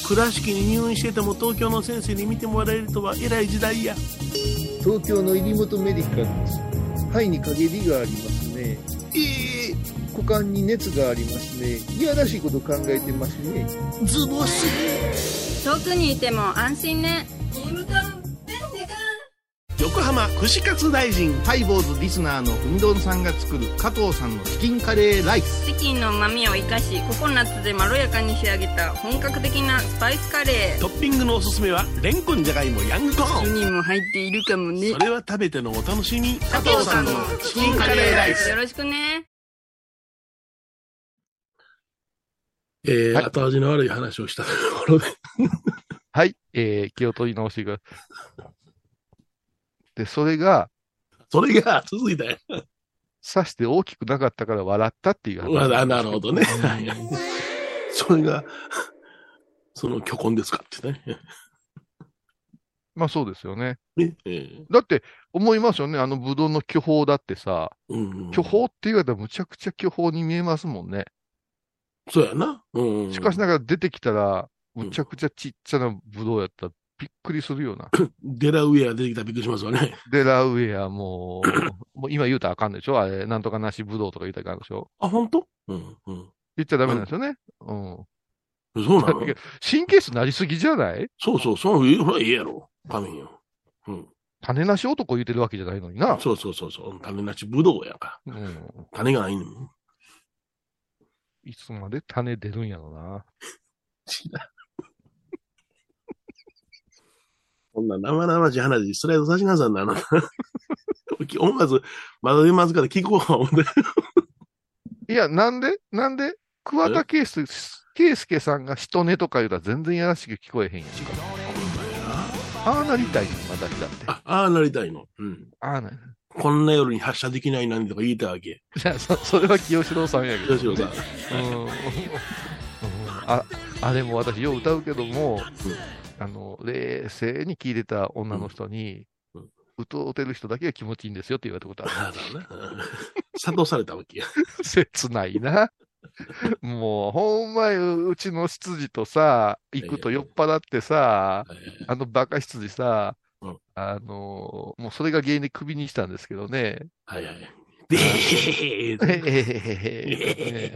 Speaker 1: 倉敷に入院してても東京の先生に見てもらえるとは偉い時代や
Speaker 8: 東京の入本メディカルです肺に陰りがありますねええ股間に熱がありますねいやらしいこと考えてますね
Speaker 1: ズボス
Speaker 9: 遠くにいても安心ね
Speaker 1: 横浜串カツ大臣
Speaker 6: ハイボーズリスナーのうみどんさんが作る加藤さんのチキンカレーライス
Speaker 9: チキンの旨味を生かしココナッツでまろやかに仕上げた本格的なスパイスカレ
Speaker 1: トッピングのおすすめはレンコンじゃがいもヤングコ
Speaker 9: ー
Speaker 1: ーン
Speaker 9: 4人も入っているかもね
Speaker 1: それは食べてのお楽しみ
Speaker 9: 加藤さんのチキンカレーライスよろしくね
Speaker 1: えー
Speaker 2: はい
Speaker 1: 後味の悪い話をしたところで
Speaker 2: はい、えー、気を取り直してください。で、それが、
Speaker 1: それが続いたよ
Speaker 2: 刺して大きくなかったから笑ったっていう話
Speaker 1: まあ
Speaker 2: んですけ
Speaker 1: なるほどねはいそれがその虚婚ですかってね
Speaker 2: まあそうですよね。
Speaker 1: ねえー
Speaker 2: だって、思いますよね。あのブドウの巨峰だってさ、
Speaker 1: うんうん
Speaker 2: 巨峰って言われたらむちゃくちゃ巨峰に見えますもんね。
Speaker 1: そうやな、うんうん
Speaker 2: しかしながら出てきたら、
Speaker 1: うん
Speaker 2: むちゃくちゃちっちゃなブドウやったらびっくりするよ うな。
Speaker 1: デラウェア出てきたらびっくりしますわね
Speaker 2: デラウェアもう、もう今言うたらあかんでしょあれ、なんとかなしブドウとか言うたらあかんでしょ
Speaker 1: あ本当うんうん
Speaker 2: 言っちゃダメなんですよね。うん。
Speaker 1: えそうなの
Speaker 2: 神経質なりすぎじゃない
Speaker 1: そうそう、その上ほら、ええやろ。神よ。うん。
Speaker 2: 種なし男言うてるわけじゃないのにな。
Speaker 1: そうそうそうそう。種なしぶどうやんか。
Speaker 2: うん。
Speaker 1: 種がないの もん。
Speaker 2: いつまで種出るんやろな。
Speaker 1: こんな生々しい話、スライドさしなさん なの。思わず、まだ出ますから聞こう思って。
Speaker 2: いや、なんでなんで桑田圭介圭介さんが人根とか言うたら全然やらしく聞こえへんやんか。ああなりたいの、私だって。
Speaker 1: あああ、なりたいの。うん。
Speaker 2: ああなり
Speaker 1: こんな夜に発射できないなんてとか言いたいわけ。
Speaker 2: たい。いや、そそれは清志郎さんやけど。
Speaker 1: 吉 野さん。
Speaker 2: うんうんああれも私よう歌うけども、あの冷静に聴いてた女の人に、
Speaker 1: うんうん
Speaker 2: 歌うてる人だけが気持ちいいんですよって言われたこと
Speaker 1: な
Speaker 2: あ
Speaker 1: るほどね。うん諭されたわけや。
Speaker 2: る。切ないな。もう、ほんまうちの執事とさ、行くと酔っ払ってさ、あのバカ執事さ
Speaker 1: うん、
Speaker 2: あのもうそれが原因でクビにしたんですけどね。
Speaker 1: はい はい。でへへへ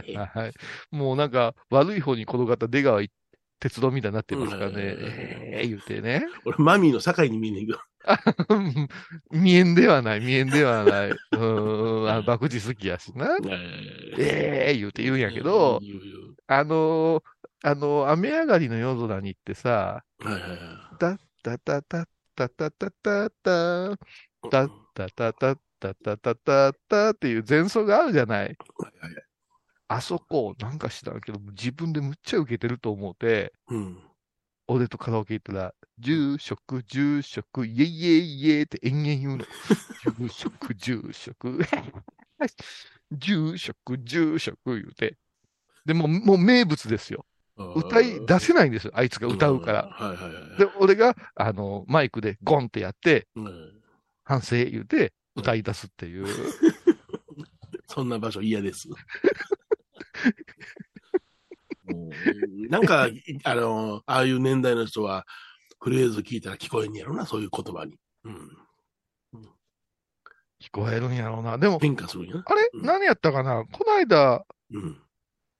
Speaker 2: ええええええはいもうなんか悪い方に転がった出川一鉄道みたいになってますからね、
Speaker 1: うん
Speaker 2: ええ言うてね。
Speaker 1: 俺、マミーの堺に見えねんけ ど。
Speaker 2: 見えんではない、見えんではない。うーん、あの、爆地好きやしな。
Speaker 1: え
Speaker 2: ええ言うて言うんやけど、
Speaker 1: 言う言う
Speaker 2: あのーあのー雨上がりの夜空にってさ、
Speaker 1: はいはいはい。
Speaker 2: タタタタタタタタ、だタタタタタタタタっていう前奏があるじゃない。
Speaker 1: はいはいはい
Speaker 2: あそこ、なんか知らんけど、自分でむっちゃ受けてると思うて、
Speaker 1: うん。
Speaker 2: 俺とカラオケ行ったら、住職、住職、イェイイェイイェイって延々言うの。住職、住職、住職、住職言うて。でもう、もう名物ですよ。歌い出せないんですよ。あいつが歌うから。
Speaker 1: はいはいはい。
Speaker 2: で、俺が、あの、マイクでゴンってやって、
Speaker 1: うん
Speaker 2: 反省言うて、歌い出すっていう。
Speaker 1: そんな場所嫌です。もうなんか、あの、ああいう年代の人は、フレーズ聞いたら聞こえんやろな、そういう言葉に。うん。
Speaker 2: 聞こえるんやろうな。でも、
Speaker 1: 変化するんやな。
Speaker 2: あれ
Speaker 1: うん
Speaker 2: 何やったかなこの間、
Speaker 1: うん。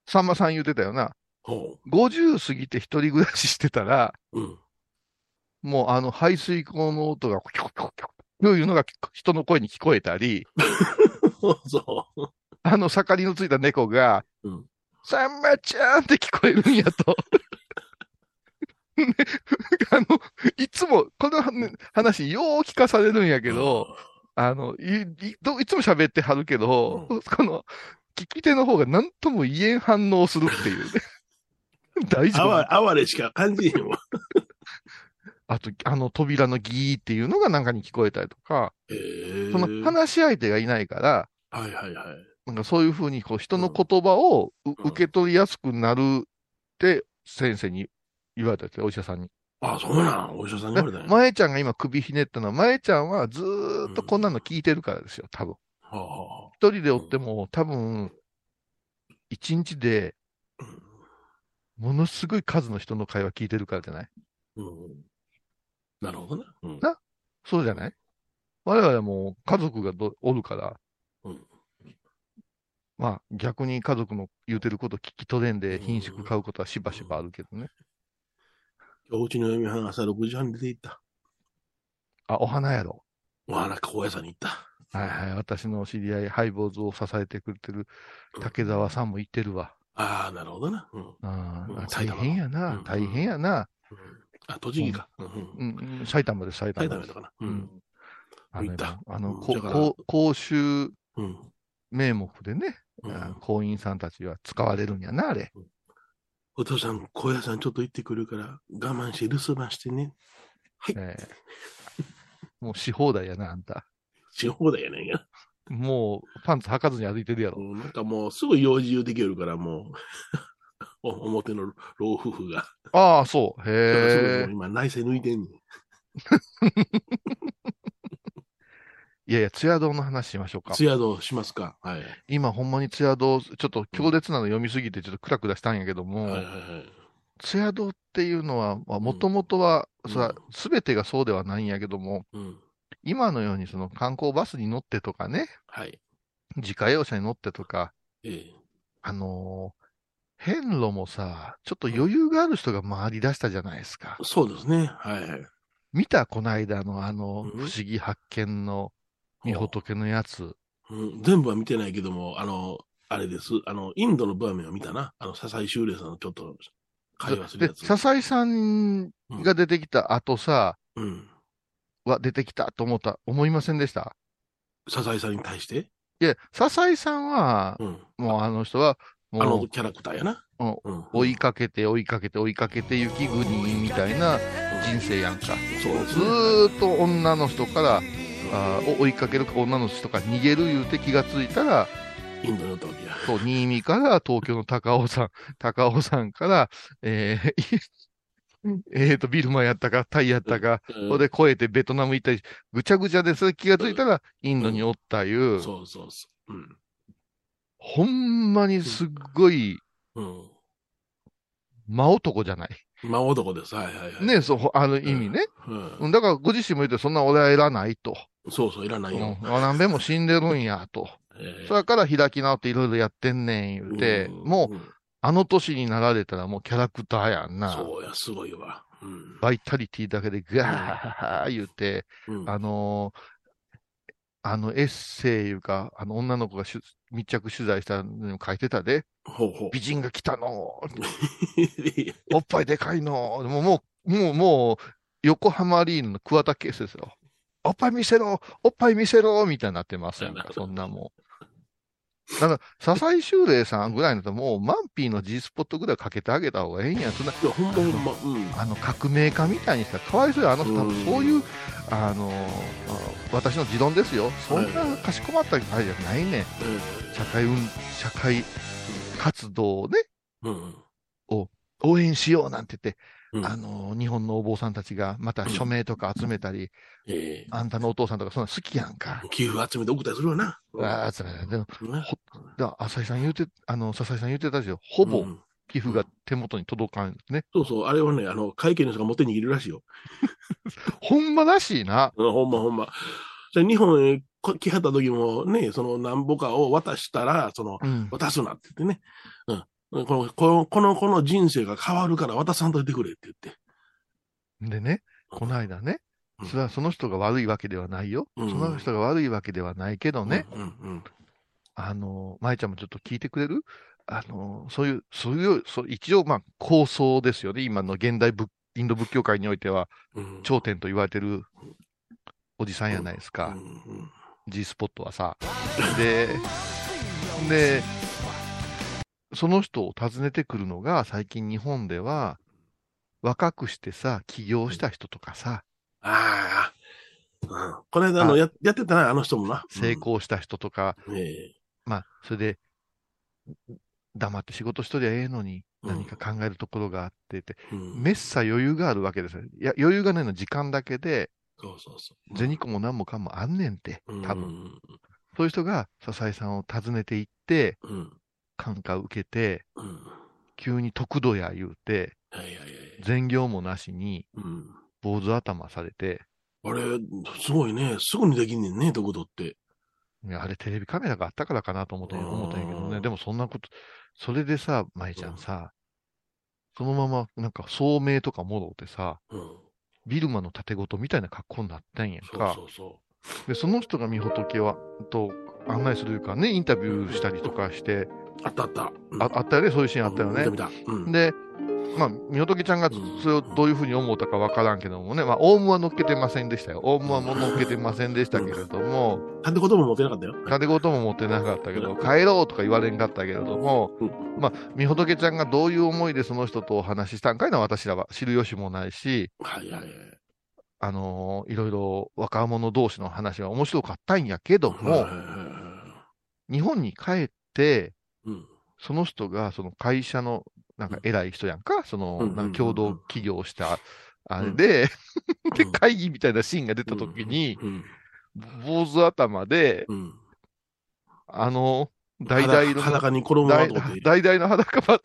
Speaker 2: さんまさん言うてたよな。
Speaker 1: ほ
Speaker 2: 50過ぎて一人暮らししてたら、
Speaker 1: う。うん。
Speaker 2: もうあの排水口の音が、キョコキョコキョコというのが人の声に聞こえたり、
Speaker 1: そ
Speaker 2: あの盛りのついた猫が
Speaker 1: うん、
Speaker 2: さんまちゃんって聞こえるんやと。 ねあの、いつも、このね話、よう聞かされるんや
Speaker 1: う。
Speaker 2: けど、、あの、い、いどいつも喋ってはるけど、この、聞き手の方が何とも言えん反応するっていうね。 大丈
Speaker 1: あ
Speaker 2: 夫。
Speaker 1: わ、哀れしか感じへんわ。
Speaker 2: あと、あの扉のギーっていうのがなんかに聞こえたりとか、
Speaker 1: へえ
Speaker 2: その話し相手がいないから、
Speaker 1: はいはいはい。
Speaker 2: なんかそういうふうにこう人の言葉を
Speaker 1: う
Speaker 2: う、
Speaker 1: ん
Speaker 2: 受け取りやすくなるって先生に言われたって、お医者さんに。
Speaker 1: あ、そうなん。お医者さんに
Speaker 2: だ
Speaker 1: 言われたんや。
Speaker 2: 前ちゃんが今首ひねったのは、前ちゃんはずーっとこんなの聞いてるからですよ、多分。
Speaker 1: はあは
Speaker 2: 一人でおっても多分、一日で
Speaker 1: あ
Speaker 2: ものすごい数の人の会話聞いてるからじゃない
Speaker 1: うんうんなるほどな。うん
Speaker 2: そうじゃない我々も家族がどおるから、
Speaker 1: うん
Speaker 2: まあ逆に家族の言うてること聞き取れんで
Speaker 1: うん
Speaker 2: 品種買うことはしばしばあるけどね。
Speaker 1: 今日うちの嫁はん朝6時半に出て行った。
Speaker 2: あ、お花やろ。
Speaker 1: お花高野山に行った。
Speaker 2: はいはい。私の知り合い、ハイボーズを支えてくれてる竹澤さんも言ってるわ。
Speaker 1: ああ、なるほどな。うん。うん
Speaker 2: あー
Speaker 1: うん
Speaker 2: 大変や
Speaker 1: う
Speaker 2: な、
Speaker 1: ん
Speaker 2: 大変やな。
Speaker 1: あ、栃木か。うん
Speaker 2: うんうん埼玉で埼
Speaker 1: 埼
Speaker 2: 玉
Speaker 1: 玉
Speaker 2: で
Speaker 1: と
Speaker 2: す。
Speaker 1: かな。
Speaker 2: う
Speaker 1: うんん。
Speaker 2: あの
Speaker 1: 行った
Speaker 2: あの、
Speaker 1: うん
Speaker 2: こ
Speaker 1: だから
Speaker 2: こう公衆
Speaker 1: うん。
Speaker 2: 名目でね、
Speaker 1: うん
Speaker 2: 行員さんたちは使われるんやな、あれ。
Speaker 1: お父さん、高野山ちょっと行ってくるから、我慢して留守番してね。はい
Speaker 2: ええもうし放題やな、あんた。
Speaker 1: し放題やねんや。
Speaker 2: もうパンツ履かずに歩いてるや
Speaker 1: う
Speaker 2: ろ。
Speaker 1: んなんかもう、すぐ用事できるから、もう。 お表の老夫婦が。
Speaker 2: ああ、そう。
Speaker 1: だからすぐも
Speaker 2: へ
Speaker 1: う
Speaker 2: え。
Speaker 1: 今、内政抜いてんねん。
Speaker 2: いやいや、ツヤ堂の話しましょうか。
Speaker 1: ツヤ道しますか。はい。
Speaker 2: 今、ほんまにツヤ堂、ちょっと強烈なの読みすぎて、ちょっとクラクラしたんやけど
Speaker 1: はいは
Speaker 2: も
Speaker 1: い、はい。
Speaker 2: ツヤ堂っていうのは、もともとは、
Speaker 1: うん
Speaker 2: それは全てがそうではないんやけども、
Speaker 1: うん。
Speaker 2: 今のようにその観光バスに乗ってとかね、
Speaker 1: はい。
Speaker 2: 自家用車に乗ってとか、
Speaker 1: ええ。
Speaker 2: あの遍路もさ、ちょっと余裕がある人が回り出したじゃないですか。
Speaker 1: そうですね。はいはい。
Speaker 2: 見たこの間のあの、
Speaker 1: うん
Speaker 2: 不思議発見の、み仏のやつ。
Speaker 1: うん、全部は見てないけども、あの、あれです。あの、インドの場面は見たな。あの、笹井修礼さんのちょっと会話する
Speaker 2: で
Speaker 1: や、つ。
Speaker 2: 笹井さんが出てきた後さ、
Speaker 1: うん。
Speaker 2: は出てきたと思った、思いませんでした
Speaker 1: 笹井さんに対して。
Speaker 2: いや、笹井さんは、
Speaker 1: うん。
Speaker 2: もうあの人は、
Speaker 1: あ
Speaker 2: も
Speaker 1: の
Speaker 2: う
Speaker 1: キャラクターやな。
Speaker 2: うん
Speaker 1: うん。
Speaker 2: 追いかけて追いかけて追いかけて雪国みたいな人生やんか。
Speaker 1: そうで
Speaker 2: ず
Speaker 1: すね。
Speaker 2: ーっと女の人から、あーを追いかけるか女の人から逃げる言うて気がついたら、
Speaker 1: インドにおったわけや。
Speaker 2: そう、新見から東京の高尾山、 高尾山から、えーえーと、ビルマやったか、タイやったか、それで越えてベトナム行ったり、ぐちゃぐちゃで、それ気がついたら、インドにおったいう、
Speaker 1: そうそうそう。うん。
Speaker 2: ほんまにすっごい、
Speaker 1: うん。
Speaker 2: 真男じゃない。
Speaker 1: 真男です。はいはいはい。
Speaker 2: ね、そう、あの意味ね。
Speaker 1: うん。
Speaker 2: うんだから、ご自身も言って、そんな俺はいらないと。
Speaker 1: そうそう、いらな
Speaker 2: う
Speaker 1: いよ
Speaker 2: ん。あ何べも死んでるんや、と。
Speaker 1: ええ
Speaker 2: それから開き直っていろいろやってんねん、言うて、
Speaker 1: ん
Speaker 2: もう、
Speaker 1: ん
Speaker 2: あの年になられたらもうキャラクターやんな。
Speaker 1: そうや、すごいわ。うん。
Speaker 2: バイタリティだけでガー言うて、
Speaker 1: うん
Speaker 2: あのーあのエッセイいうか、あの女の子がしゅ密着取材したのにも書いてたで、
Speaker 1: ほうほう。
Speaker 2: 美人が来たの、
Speaker 1: いや
Speaker 2: おっぱいでかいの、もう、もう、もう、もう横浜アリーナの桑田佳祐ですよ。おっぱい見せろ、おっぱい見せろ、みたいになってますやんか、そんなもん。だから、笹井修礼さんぐらいのと、もう、マンピーの G スポットぐらいかけてあげた方がええんや。そんな、
Speaker 1: ほんまほんま。うん。
Speaker 2: あの革命家みたいにしたらかわいそうやあの人多
Speaker 1: う
Speaker 2: 分
Speaker 1: ん
Speaker 2: そういう、あのーあ私の持論ですよそんな
Speaker 1: は
Speaker 2: かしこまったあれじゃないね社会運社会活動をね
Speaker 1: うん。うん
Speaker 2: 応援しようなんて言って、
Speaker 1: うん
Speaker 2: あのー日本のお坊さんたちがまた署名とか集めたり、
Speaker 1: ええ
Speaker 2: あんたのお父さんとかそんな好きやんか。
Speaker 1: 寄付集めて送ったりするわな。
Speaker 2: わー集めたりでも
Speaker 1: ね
Speaker 2: だから浅井さん言うて、あの、笹井さん言うてたでしょ。ほぼ
Speaker 1: うん
Speaker 2: 寄付が手元に届かんですね。
Speaker 1: そうそう、あれはね、あの、会計の人が持って逃げるらしいよ。
Speaker 2: ほんまらしいな。
Speaker 1: うんほんまほんま。じゃあ日本へこ来はった時もね、そのなんぼかを渡したら、その、
Speaker 2: うん。
Speaker 1: 渡すなって言ってね。うん。この、この、この、この人生が変わるから渡さんといてくれって言って。
Speaker 2: でね、この間ね
Speaker 1: うん、
Speaker 2: それはその人が悪いわけではないよ。
Speaker 1: うん
Speaker 2: その人が悪いわけではないけどね、
Speaker 1: うんうん
Speaker 2: あの、舞ちゃんもちょっと聞いてくれるあの、そういう、そういう、そう一応、まあ、構想ですよね。今の現代仏インド仏教界においては、
Speaker 1: うん。
Speaker 2: 頂点と言われてるおじさんやないです
Speaker 1: う
Speaker 2: か。
Speaker 1: んうん
Speaker 2: G スポットはさ。で、で、その人を訪ねてくるのが、最近日本では、若くしてさ、起業した人とかさ、
Speaker 1: ああ。うんこの間、あの、
Speaker 2: あ
Speaker 1: ややってたな、あの人もな。
Speaker 2: 成功した人とか、
Speaker 1: うん。え
Speaker 2: まあ、それで、黙って仕事しとりゃええのに、
Speaker 1: うん
Speaker 2: 何か考えるところがあってって、
Speaker 1: えうん
Speaker 2: めっさ余裕があるわけですよ。いや、余裕がないのは時間だけで、
Speaker 1: そうそうそう。
Speaker 2: 銭子も何もかもあんねんて、多分。
Speaker 1: 分。
Speaker 2: そういう人が、笹井さんを訪ねて行って、
Speaker 1: うん。
Speaker 2: 感化受けて、
Speaker 1: うん。
Speaker 2: 急に得度や言うて、
Speaker 1: はいはいはい。
Speaker 2: 善行もなしに、
Speaker 1: うん。
Speaker 2: 坊主頭されて、
Speaker 1: あれ、すごいね。すぐにできんねんね、とことって。
Speaker 2: いやあれテレビカメラがあったからかなと思って
Speaker 1: うん
Speaker 2: 思ったんやけどね。でもそんなこと、それでさ、舞ちゃんさ、そのままなんか聡明とかもろってさ、
Speaker 1: うん。
Speaker 2: ビルマの盾ごとみたいな格好になったんやん
Speaker 1: そう
Speaker 2: か。
Speaker 1: そうそ
Speaker 2: で、その人がみほとけは、と案内するいうかね、インタビューしたりとかして、
Speaker 1: う。あったあった。うん
Speaker 2: ああったよね、そういうシーンあったよね
Speaker 1: うん見。た見た。うん。
Speaker 2: で、まあ、みほとけちゃんが
Speaker 1: うん
Speaker 2: それをどういうふうに思ったかわからんけどもね、まあ、オウムは乗っけてませんでしたよ。オウムはもう乗っけてませんでしたけれども、
Speaker 1: なんてことも持てなかったよ。
Speaker 2: 金事も持ってなかったけど、帰ろうとか言われんかったけれども
Speaker 1: うん、
Speaker 2: まあ、みほとけちゃんがどういう思いでその人とお話ししたんかいのは私らは知る由もないし、
Speaker 1: はいはいはい。
Speaker 2: あのーいろいろ若者同士の話は面白かったんやけども
Speaker 1: はい、はいは
Speaker 2: 日本に帰って、
Speaker 1: いうん。
Speaker 2: その人がその会社のなんか偉い人やんか、その
Speaker 1: うんうんうん
Speaker 2: なんか共同起業したあれで、で会議みたいなシーンが出た時に、
Speaker 1: うん。
Speaker 2: 坊主頭で、
Speaker 1: うん。
Speaker 2: あの、大々
Speaker 1: 裸
Speaker 2: の
Speaker 1: 裸に衣を
Speaker 2: だ
Speaker 1: ま
Speaker 2: い
Speaker 1: とって。
Speaker 2: 大々の裸祭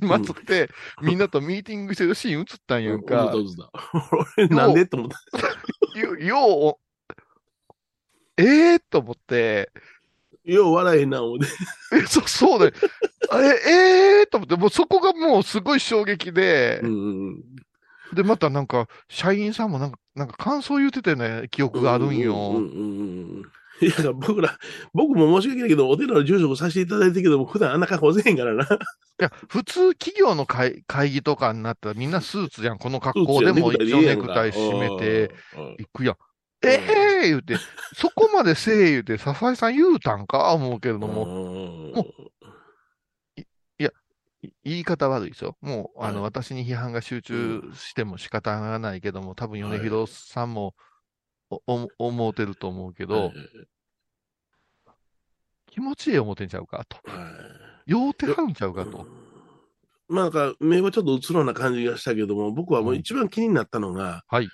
Speaker 2: 祭って、みんなとミーティングしてるシーン映ったんやんか
Speaker 1: う。んうん俺なんでって思った。
Speaker 2: よ、よう、ええと思って、
Speaker 1: よう笑えへんな、思って。
Speaker 2: え、そ、そうだよ。あえ、えーと思って、もうそこがもうすごい衝撃で
Speaker 1: う、んうんうん。
Speaker 2: で、またなんか、社員さんもなんか、なんか感想言ってたよね、記憶があるん
Speaker 1: うん
Speaker 2: よ。
Speaker 1: うんうんうん。いや、僕ら、僕も申し訳ないけど、お寺の住職させていただいてるけども、普段あんな格好せへんからな。
Speaker 2: いや、普通企業の会、会議とかになったらみんなスーツやん、この格好でも一応ネクタイ締めて、
Speaker 1: うん。
Speaker 2: いくやん。ええー、言うて、そこまでせえ言うて、笹井さん言うたんか思うけれども、
Speaker 1: も
Speaker 2: もい言い方悪いですよ。もう、あ
Speaker 1: はい
Speaker 2: の、私に批判が集中しても仕方がないけども、多分
Speaker 1: はい
Speaker 2: 米広さんも、お、お、思うてると思うけ
Speaker 1: う
Speaker 2: ど、気持ちいい思ってんちゃうかと。
Speaker 1: はい
Speaker 2: 酔うてはるんちゃうか
Speaker 1: う
Speaker 2: と
Speaker 1: ん。まあ、なんか、目はちょっとうつろな感じがしたけども、僕はもう一番気になったのが、
Speaker 2: はい。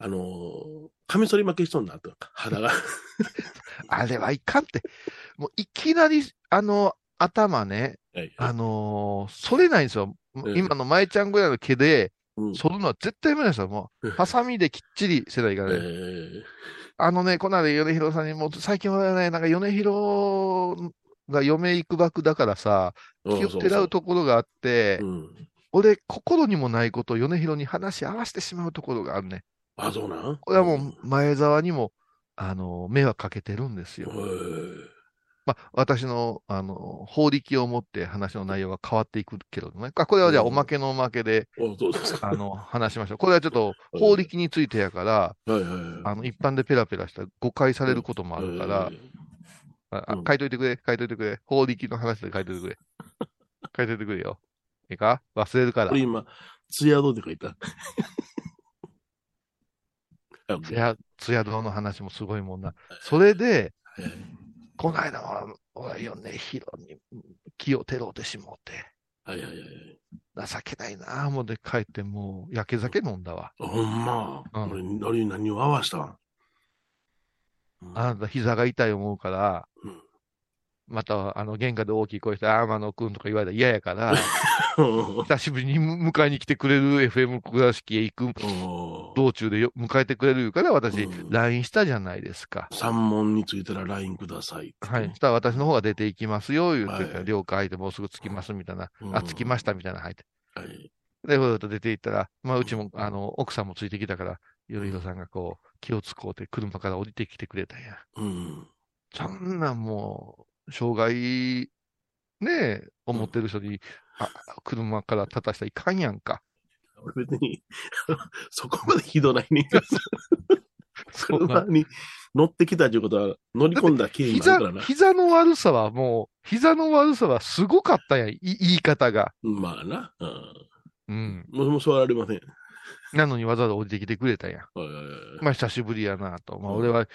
Speaker 1: あのー、カミソリ負けしとんなと、肌が。
Speaker 2: あれはいかんって。もういきなり、あの、頭ね、
Speaker 1: はい
Speaker 2: あのー、それないんですよ。
Speaker 1: うん
Speaker 2: 今の舞ちゃんぐらいの毛で、
Speaker 1: うん
Speaker 2: 剃るのは絶対無理なんですよ。もう、
Speaker 1: うん
Speaker 2: ハサミできっちりせないか
Speaker 1: え
Speaker 2: らね。
Speaker 1: ー
Speaker 2: あのね、この間、米広さんにも、最近はね、なんか米広が嫁行くばくだからさ、
Speaker 1: うん
Speaker 2: 気をてらう
Speaker 1: そ
Speaker 2: ところがあって、
Speaker 1: うそううん
Speaker 2: 俺、心にもないことを米広に話し合わせてしまうところがあるね。
Speaker 1: あ、そうなん
Speaker 2: これはもう、前澤にも、あの、迷惑かけてるんですよ。
Speaker 1: うん。
Speaker 2: まあ、私の、あの、法力を持って話の内容が変わっていくけれどね。あこれはじゃあ、
Speaker 1: うん
Speaker 2: おまけのおまけで、
Speaker 1: おそうですか。
Speaker 2: あ の、話しましょう。これはちょっと、法力についてやから、
Speaker 1: はいはいはい。
Speaker 2: あの、一般でペラペラしたら誤解されることもあるから、あ、あ
Speaker 1: うん
Speaker 2: 書いといてくれ、書いといてくれ。法力の話で書いといて くれ。書いといてくれよ。いいか忘れるから
Speaker 1: これ。今、ツヤどうって書いた。 あ
Speaker 2: つや、つや堂の話もすごいもんな。それで、こないだは、俺はよね、ヒロに気をてろうてしもうて、
Speaker 1: はいはいはい。
Speaker 2: 情けないなぁ、思って帰って、もう、焼け酒飲んだわ。
Speaker 1: あほんま。
Speaker 2: うん
Speaker 1: 俺、俺何を合わしたんうん
Speaker 2: あなた膝が痛い思うから
Speaker 1: うん、
Speaker 2: また、あの、玄関で大きい声して、あー、天野くんとか言われたら嫌 やから、
Speaker 1: お
Speaker 2: 久しぶりに迎えに来てくれる FM 倉敷へ行く
Speaker 1: ー
Speaker 2: 道中でよ迎えてくれる言うから、私
Speaker 1: う、ん
Speaker 2: LINE したじゃないですか。
Speaker 1: 三問についたら LINE ください。
Speaker 2: はい。そしたら私の方が出ていきますよ、言って、
Speaker 1: はい
Speaker 2: 了解でもうすぐ着きます、みたいな。
Speaker 1: うん
Speaker 2: あ、着きました、みたいな入って。
Speaker 1: はい。
Speaker 2: で、ふーっと出て行ったら、まあ、うちも、あの、奥さんもついてきたから、ゆるひろさんがこう、気をつこうて車から降りてきてくれたんや。
Speaker 1: うん。
Speaker 2: そんなんもう、障害、ねえ、思ってる人に、あ、車から立たしたらいかんやんか。
Speaker 1: 俺別に、 そこまでひどないねん けど
Speaker 2: そうな
Speaker 1: 車
Speaker 2: ん
Speaker 1: に乗ってきたということは、乗り込んだ経緯もあ
Speaker 2: 膝
Speaker 1: るからな、。
Speaker 2: 膝の悪さはもう、膝の悪さはすごかったやん、い言い方が。
Speaker 1: まあな。うん
Speaker 2: うん。
Speaker 1: もうもう座られません。
Speaker 2: なのにわざわざ降りてきてくれたやん。
Speaker 1: はいはいはい
Speaker 2: まあ、久しぶりやなと。まあ、
Speaker 1: うん
Speaker 2: 俺は、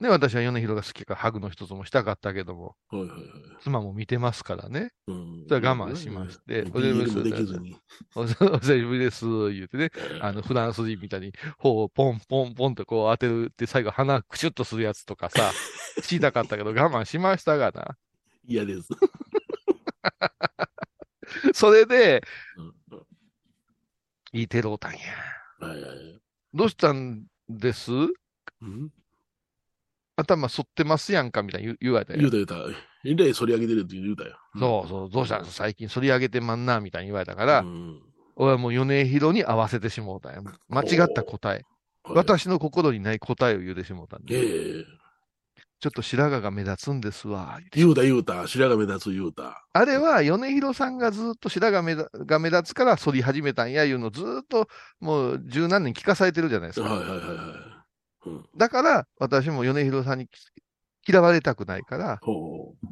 Speaker 2: ね、私は米広が好きやから、ハグの一つもしたかったけども、
Speaker 1: はいはいはい。
Speaker 2: 妻も見てますからね。
Speaker 1: うん
Speaker 2: それは我慢しまして
Speaker 1: ビ
Speaker 2: お礼
Speaker 1: ー
Speaker 2: を
Speaker 1: ル
Speaker 2: す
Speaker 1: も
Speaker 2: る
Speaker 1: できずに。
Speaker 2: おお久しぶりです、言うてね。あの、フランス人みたいに、頬をポンポンポンとこう当てるって、最後鼻クシュッとするやつとか さ、知りたかったけど我慢しましたがな。
Speaker 1: 嫌です。
Speaker 2: それで、
Speaker 1: うん
Speaker 2: いいてろうたんや。
Speaker 1: はいはいはい。
Speaker 2: どうしたんです
Speaker 1: うん
Speaker 2: 頭反ってますやんかみたいに言う言われた
Speaker 1: 言
Speaker 2: よ
Speaker 1: う。た言うた。えらい反り上げてるって言うたよ。
Speaker 2: そうそう、どうしたんです最近反り上げてまんな、みたいに言われたか
Speaker 1: う
Speaker 2: ら、
Speaker 1: ん。
Speaker 2: 俺はもう米広に合わせてしもうたんや。間違った答え。私の心にない答えを言うてしもうたん
Speaker 1: え
Speaker 2: で、
Speaker 1: え。
Speaker 2: ちょっと白髪が目立つんですわ。言うて
Speaker 1: 言うた言うた。白髪目立つ言うた。
Speaker 2: あれは、米広さんがずっと白髪目だが目立つから剃り始めたんやいうのをずっともう十何年聞かされてるじゃないです
Speaker 1: はい
Speaker 2: か。
Speaker 1: はいはいはい。うん。
Speaker 2: だから、私も米広さんに嫌われたくないから、
Speaker 1: ほうほう。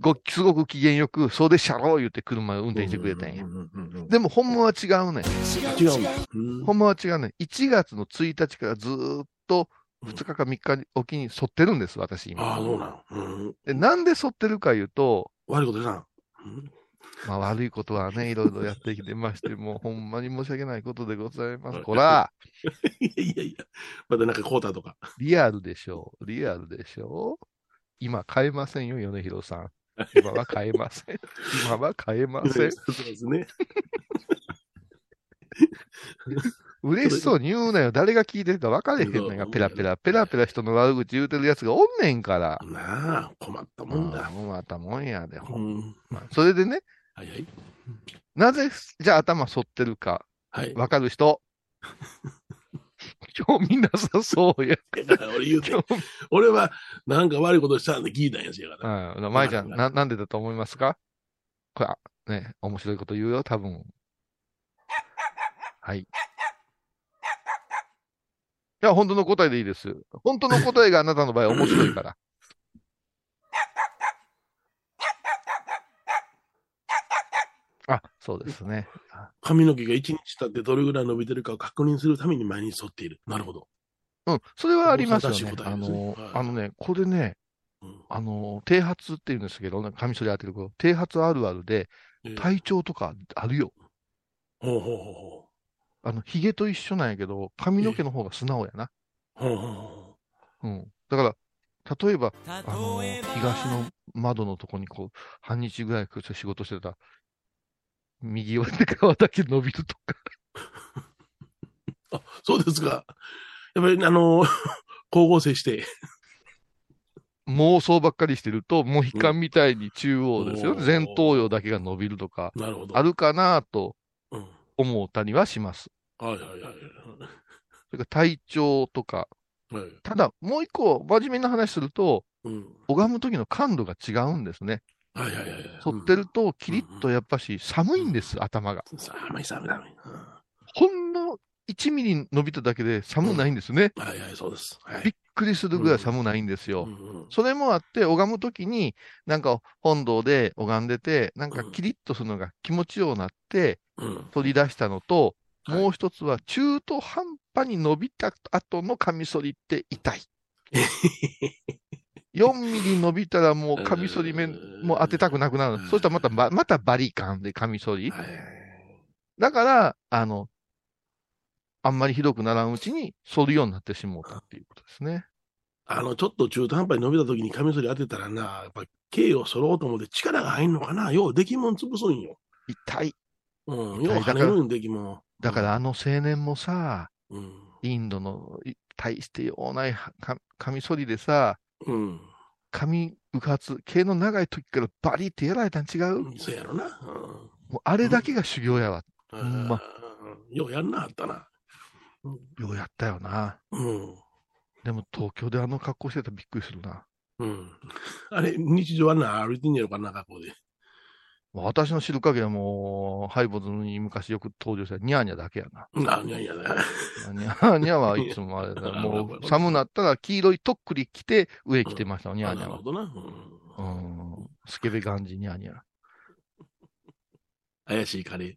Speaker 2: ごすごく機嫌よく、そうでっしゃろう言って車を運転してくれたんや
Speaker 1: う。んうんうんうん
Speaker 2: でも、ほんまは違うねん。
Speaker 1: 違うんだ。うん
Speaker 2: ほんまは違うねん。1月の1日からずっと2日か3日おきに剃ってるんです、私
Speaker 1: ああ、そう
Speaker 2: 今。
Speaker 1: なん。うん。
Speaker 2: で、なんで剃ってるか言うと、
Speaker 1: 悪いことしたん。うん
Speaker 2: まあ悪いことはね、いろいろやってきてまして、 もうほんまに申し訳ないことでございま
Speaker 1: は
Speaker 2: す。
Speaker 1: い
Speaker 2: こら
Speaker 1: いやいやいや。またなんかこうたとか。
Speaker 2: リアルでしょう。リアルでしょう。今買えませんよ、米広さん。今は買えません。今は買えません。
Speaker 1: そうですね。
Speaker 2: 嬉しそうに言うなよ。誰が聞いてるか分かれへんのが、ペラペラ、ペラペラ人の悪口言うてるやつがおんねんから。
Speaker 1: なあ、困ったもんだ。
Speaker 2: うんまたもんやで、ほ
Speaker 1: うんん。
Speaker 2: ま。それでね、
Speaker 1: はいはい。
Speaker 2: なぜ、じゃあ頭反ってるか、
Speaker 1: はい。
Speaker 2: 分かる 人。興味なさそうや。
Speaker 1: だから俺言うて、俺はなんか悪いことしたんで聞いたんやつやから。
Speaker 2: うん。まいちゃん、な、なんでだと思いますかこれ、あね、面白いこと言うよ、多分。はい。いや、本当の答えでいいです。本当の答えがあなたの場合面白いから。あ、そうですね。
Speaker 1: 髪の毛が一日経ってどれぐらい伸びてるかを確認するために前に沿っている。なるほど。
Speaker 2: うん、それはありますよ
Speaker 1: 正しい
Speaker 2: ね。
Speaker 1: 答え
Speaker 2: あ
Speaker 1: ですね
Speaker 2: の
Speaker 1: はい、
Speaker 2: あのね、これね、
Speaker 1: うん
Speaker 2: あの、剃髪っていうんですけど、なんかカミソリ当てること、剃髪あるあるで、
Speaker 1: えー
Speaker 2: 体調とかあるよ。
Speaker 1: ほうほうほうほう。
Speaker 2: あの、ヒゲと一緒なんやけど、髪の毛の方が素直やな。
Speaker 1: ほうほうほ
Speaker 2: うん。だから、例えば、あの、東の窓のとこにこう、半日ぐらいこう仕事してたら、右腕側だけ伸びるとか。
Speaker 1: うあ、そうですか。やっぱり、あの、 光合成して。
Speaker 2: 妄想ばっかりしてると、モヒカンみたいに中央ですよね。
Speaker 1: うん
Speaker 2: 前頭葉だけが伸びるとか、
Speaker 1: なるほど。
Speaker 2: あるかなと
Speaker 1: うん。
Speaker 2: 思ったりはします。
Speaker 1: はいはいはい。
Speaker 2: それから体調とか。
Speaker 1: はい。
Speaker 2: ただ、もう一個、真面目な話すると、
Speaker 1: うん。
Speaker 2: 拝む時の感度が違うんですね。
Speaker 1: はいはいはいはい。
Speaker 2: 反ってると、キリッとやっぱし寒いんです、頭が。
Speaker 1: うん。寒い寒い寒い。うん
Speaker 2: ほんの1ミリ伸びただけで寒ないんですね。
Speaker 1: はいはい、そうです。は
Speaker 2: び
Speaker 1: い
Speaker 2: っ。くりするぐらい寒ないんです
Speaker 1: う
Speaker 2: よ。
Speaker 1: んうん
Speaker 2: それもあって、拝むときに、なんか本堂で拝んでて、なんかキリッとするのが気持ちようなって
Speaker 1: うん。
Speaker 2: 取り出したのと、
Speaker 1: はい
Speaker 2: もう一つは中途半端に伸びた後のカミソリって 痛い。4ミリ伸びたらもうカミソリ面もう当てたくなくなる。そうしたらまたば、またバリカンでカミソリ。
Speaker 1: はいはいはい
Speaker 2: だから、あの、あんまりひどくならんうちに、反るようになってしもうたっていうことですね。
Speaker 1: あの、ちょっと中途半端に伸びた時にカミソリ当てたらな、やっぱ、毛を揃おうと思って力が入んのかな。よう、出来もん潰すんよ。
Speaker 2: 痛い。
Speaker 1: うん。
Speaker 2: 痛
Speaker 1: よう
Speaker 2: い
Speaker 1: 跳ねるん、出来もん。
Speaker 2: だからあの青年もさ、
Speaker 1: うん。
Speaker 2: インドのい大してようないかカミソリでさ、
Speaker 1: うん。
Speaker 2: 髪うかつ、毛の長い時からバリってやられたん違
Speaker 1: う
Speaker 2: う、
Speaker 1: んそうやろな。
Speaker 2: もうあれだけが修行やわ。
Speaker 1: うん。
Speaker 2: ほんま
Speaker 1: うんようやんなあったな。
Speaker 2: ようやったよな。
Speaker 1: うん。
Speaker 2: でも東京であの格好してたらびっくりするな。
Speaker 1: うん。あれ、日常はな、歩いてんやろかな、学校で。
Speaker 2: もう私の知る限りはもう、ハイボーズに昔よく登場したニャーニャだけやな。
Speaker 1: なんやいやな。
Speaker 2: ニャーニャはいつもあれだ。もう寒なったら黄色いとっくり着て上着てましたよ、ニャーニ
Speaker 1: な
Speaker 2: ャ
Speaker 1: る
Speaker 2: は
Speaker 1: ほ。どな。う
Speaker 2: う
Speaker 1: ん
Speaker 2: ん。スケベガンジニャーニャ。
Speaker 1: 怪しいカレ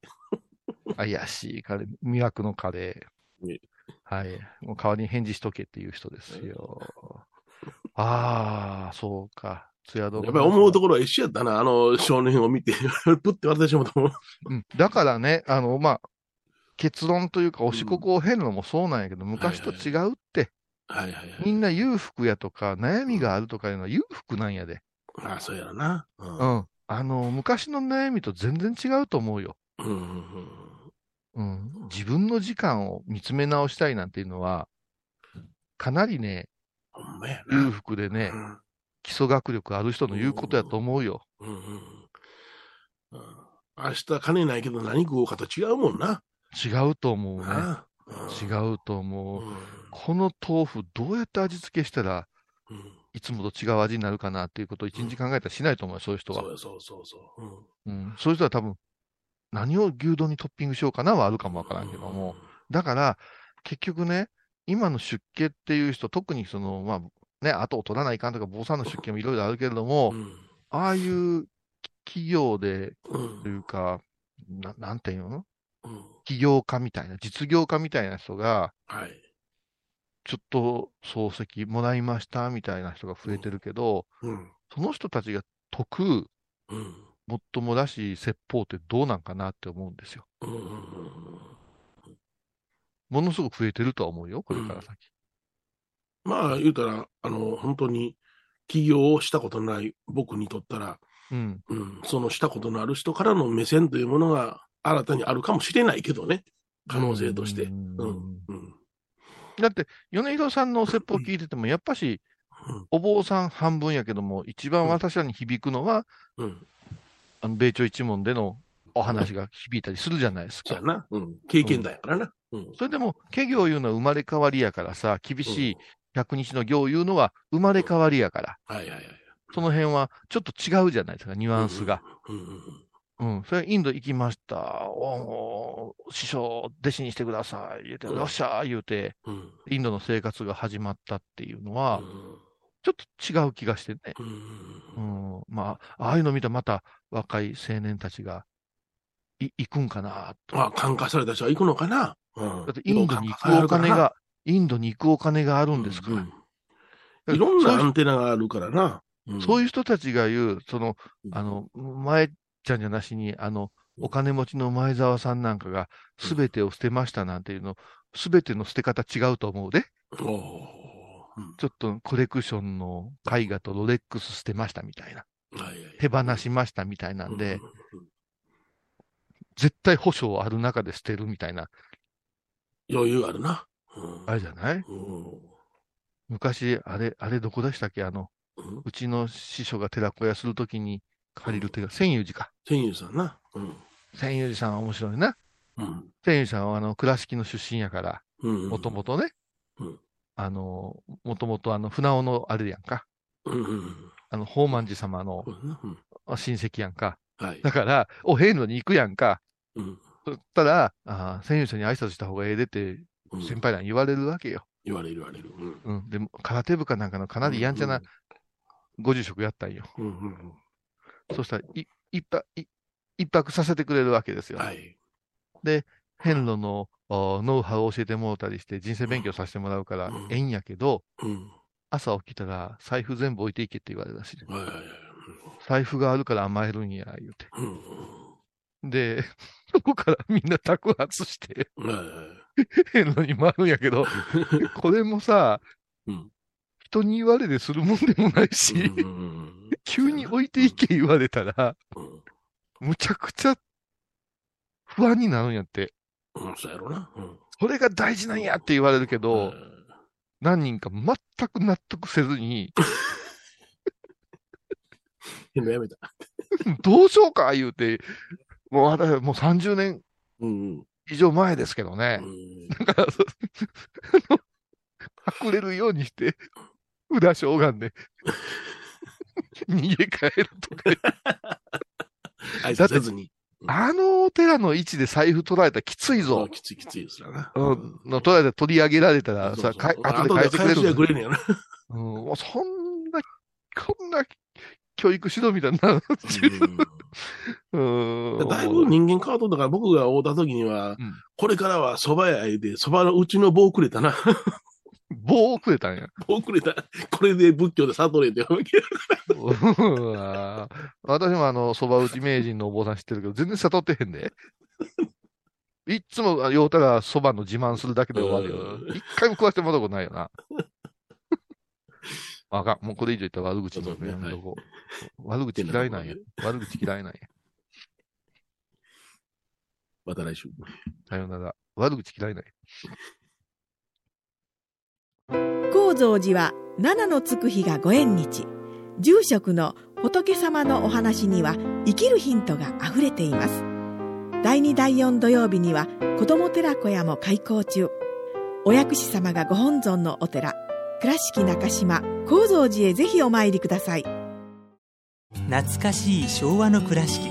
Speaker 1: ー。
Speaker 2: 怪しいカレー、魅惑のカレー
Speaker 1: ね。
Speaker 2: はい。もう代わりに返事しとけっていう人ですよ。 ああ、そうか。ツヤ
Speaker 1: や
Speaker 2: ド
Speaker 1: っぱり思うところは一緒やったな、あの少年を見て、 プッて笑ってしまったもん。
Speaker 2: うん、だからね、あの、まあ、結論というか、おしここを経るのもそうなんやけど、昔と違うって、
Speaker 1: はいはいはい。
Speaker 2: みんな裕福やとか、悩みがあるとかいうのは裕福なんやで。
Speaker 1: ああ、そうやろな。うん。う
Speaker 2: うんん。あの、昔の悩みと全然違うと思うよ。
Speaker 1: うんうん
Speaker 2: うん。自分の時間を見つめ直したいなんていうのは、かなりね、
Speaker 1: ほんまやな。
Speaker 2: 裕福でね、基礎学力ある人の言うことやと思うよ。
Speaker 1: うん。うんうんうん。明日金ないけど何食おうかと違うもんな。
Speaker 2: 違うと思うね。
Speaker 1: なあ
Speaker 2: 違うと思
Speaker 1: う
Speaker 2: う。
Speaker 1: ん。
Speaker 2: この豆腐どうやって味付けしたら
Speaker 1: うん。
Speaker 2: いつもと違う味になるかなっていうことを一日考えたらしないと思うよ、そういう人は
Speaker 1: そ。うそうそうそう。うん。
Speaker 2: うん、そういう人は多分、何を牛丼にトッピングしようかなはあるかもわからんけども。だから、結局ね、今の出家っていう人、特にその、まあ、ね、後を取らないかんとか、坊さんの出家もいろいろあるけれども、
Speaker 1: うん。
Speaker 2: ああいう企業で、
Speaker 1: うん。
Speaker 2: というか、ななんていうの
Speaker 1: うん
Speaker 2: 起業家みたいな、実業家みたいな人が、
Speaker 1: はい。
Speaker 2: ちょっと漱石もらいましたみたいな人が増えてるけど、
Speaker 1: うん。
Speaker 2: その人たちが得く、
Speaker 1: うん。
Speaker 2: もっともらしい説法ってどうなんかなって思うんですよ。
Speaker 1: うんうんうん
Speaker 2: ものすごく増えてるとは思うよ、これから先。
Speaker 1: まあ、言うたら、あの、本当に、起業をしたことない僕にとったら、
Speaker 2: うん。
Speaker 1: うん、そのしたことのある人からの目線というものが新たにあるかもしれないけどね。可能性として。うん。うん。
Speaker 2: だって、米広さんの説法聞いてても、やっぱし、お坊さん半分やけども、一番私らに響くのは、
Speaker 1: うん。
Speaker 2: あの米朝一門でのお話が響いたりするじゃないです
Speaker 1: そうや。
Speaker 2: か
Speaker 1: な。うん。経験だからな。うん。
Speaker 2: それでも、家業いうのは生まれ変わりやからさ、厳しい百日の行いうのは生まれ変わりやから、
Speaker 1: はいはいはい。
Speaker 2: その辺はちょっと違うじゃないですか、ニュアンスが。
Speaker 1: うんうんうん。
Speaker 2: うん、それはインド行きました。おお、師匠、弟子にしてください。言うて、
Speaker 1: うん
Speaker 2: よっしゃー言うて、
Speaker 1: うん。
Speaker 2: インドの生活が始まったっていうのは、ちょっと違う気がしてね。
Speaker 1: うん
Speaker 2: うん、まあ、ああいうの見たらまた若い青年たちが、い、行くんかなと。
Speaker 1: まあ、感化された人は行くのかな。うん。
Speaker 2: だってインドに行くお金が、インドに行くお金があるんですから。
Speaker 1: うんいろんなアンテナがあるからな。
Speaker 2: そう
Speaker 1: い
Speaker 2: いう人たちが言う、その、
Speaker 1: うん
Speaker 2: あの、前ちゃんじゃなしに、あ
Speaker 1: う
Speaker 2: の、
Speaker 1: ん
Speaker 2: お金持ちの前澤さんなんかが、すべてを捨てましたなんていうの、すべての捨て方違うと思うで。
Speaker 1: うん。おーうん
Speaker 2: ちょっとコレクションの絵画とロレックス捨てましたみたいな。
Speaker 1: はいはいはい
Speaker 2: 手放しましたみたいなんで
Speaker 1: う、うんうん
Speaker 2: 絶対保証ある中で捨てるみたいな、
Speaker 1: 余裕あるな。うん
Speaker 2: あれじゃない
Speaker 1: うん
Speaker 2: 昔、あれ、あれどこでしたっけあの、
Speaker 1: うん
Speaker 2: うちの師匠が寺子屋するときに借りる手が、千友寺か。
Speaker 1: 千優さんな。うん。
Speaker 2: 千友寺さんは面白いな。
Speaker 1: うん。
Speaker 2: 千友寺さんはあの、倉敷の出身やから、
Speaker 1: うん。
Speaker 2: もともとね
Speaker 1: うん、
Speaker 2: あの、もともとあの、船尾のあれやんか、
Speaker 1: うんうんうん。
Speaker 2: あの、宝満寺様の
Speaker 1: そうだなうん
Speaker 2: 親戚やんか。
Speaker 1: はい
Speaker 2: だ。から、お、遍路に行くやんか。
Speaker 1: うん
Speaker 2: そしたら、あー、千友寺さんに挨拶した方がええでって、
Speaker 1: うん
Speaker 2: 先輩らに言われるわけよ。
Speaker 1: 言われる言われる。うん
Speaker 2: うん。でも、空手部かなんかのかなりやんちゃな。ご住職やったんよ。
Speaker 1: うんうんうん
Speaker 2: そしたら、い、一泊、い一泊させてくれるわけですよ。
Speaker 1: はい。
Speaker 2: 遍路のおノウハウを教えてもらったりして、人生勉強させてもらうから
Speaker 1: うん、
Speaker 2: ええんやけど、
Speaker 1: うん。
Speaker 2: 朝起きたら、財布全部置いていけって言われたらしい。
Speaker 1: はいはいはい。
Speaker 2: 財布があるから甘えるんや、言うて。
Speaker 1: うん
Speaker 2: で、 そこからみんな宅発して、
Speaker 1: うんはいはい
Speaker 2: 変路に回るんやけ ど、これもさ、
Speaker 1: うん
Speaker 2: 人に言われでするもんでもないし、
Speaker 1: うんうんうん
Speaker 2: 急に置いていけ言われたら、
Speaker 1: うん
Speaker 2: むちゃくちゃ不安になるんやって。
Speaker 1: うん。そうやろな。うん
Speaker 2: それが大事なんやって言われるけ
Speaker 1: はい
Speaker 2: ど、何人か全く納得せずに、
Speaker 1: 変なやめた。
Speaker 2: どうしようか言うて、もう私はもう30年
Speaker 1: うん
Speaker 2: 以上前ですけどね
Speaker 1: う。ん。
Speaker 2: だから、そあの、隠れるようにして、裏小眼 で、逃げ帰るとか。
Speaker 1: 挨拶せずに。
Speaker 2: あのお寺の位置で財布取られたらきつい
Speaker 1: そ
Speaker 2: ぞ
Speaker 1: う、。きついきついですからな。
Speaker 2: うんの取られたら取り上げられたら
Speaker 1: そう
Speaker 2: さ、
Speaker 1: そう
Speaker 2: か
Speaker 1: あ
Speaker 2: 後で返してくれる
Speaker 1: 後で返
Speaker 2: んだよ
Speaker 1: してくれんねやな。
Speaker 2: うん、もうそんな、こんな教育指導みたいになる。うん。
Speaker 1: だいぶ人間変わっとったから、僕が会うた時には、
Speaker 2: うん
Speaker 1: これからは蕎麦屋へで、蕎麦のうちの棒くれたな。
Speaker 2: 棒をくれたんや。
Speaker 1: 棒くれた。これで仏教で悟れってわけ。
Speaker 2: うわ私もあの、蕎麦打ち名人のお坊さん知ってるけど、全然悟ってへんで。いっつも、ようたら蕎麦の自慢するだけで終わる
Speaker 1: う
Speaker 2: よ。一回も食わしてもらったことないよな。あかん。もうこれ以上言ったら悪口のやめとこう悪口嫌いなんや。悪口嫌いなんや。
Speaker 1: また来週。
Speaker 2: さよなら。悪口嫌いなんや。
Speaker 10: 高蔵寺は七のつく日がご縁日住職の仏様のお話には生きるヒントがあふれています第2第4土曜日には子ども寺小屋も開校中お薬師様がご本尊のお寺倉敷中島・高蔵寺へぜひお参りください
Speaker 11: 懐かしい昭和の倉敷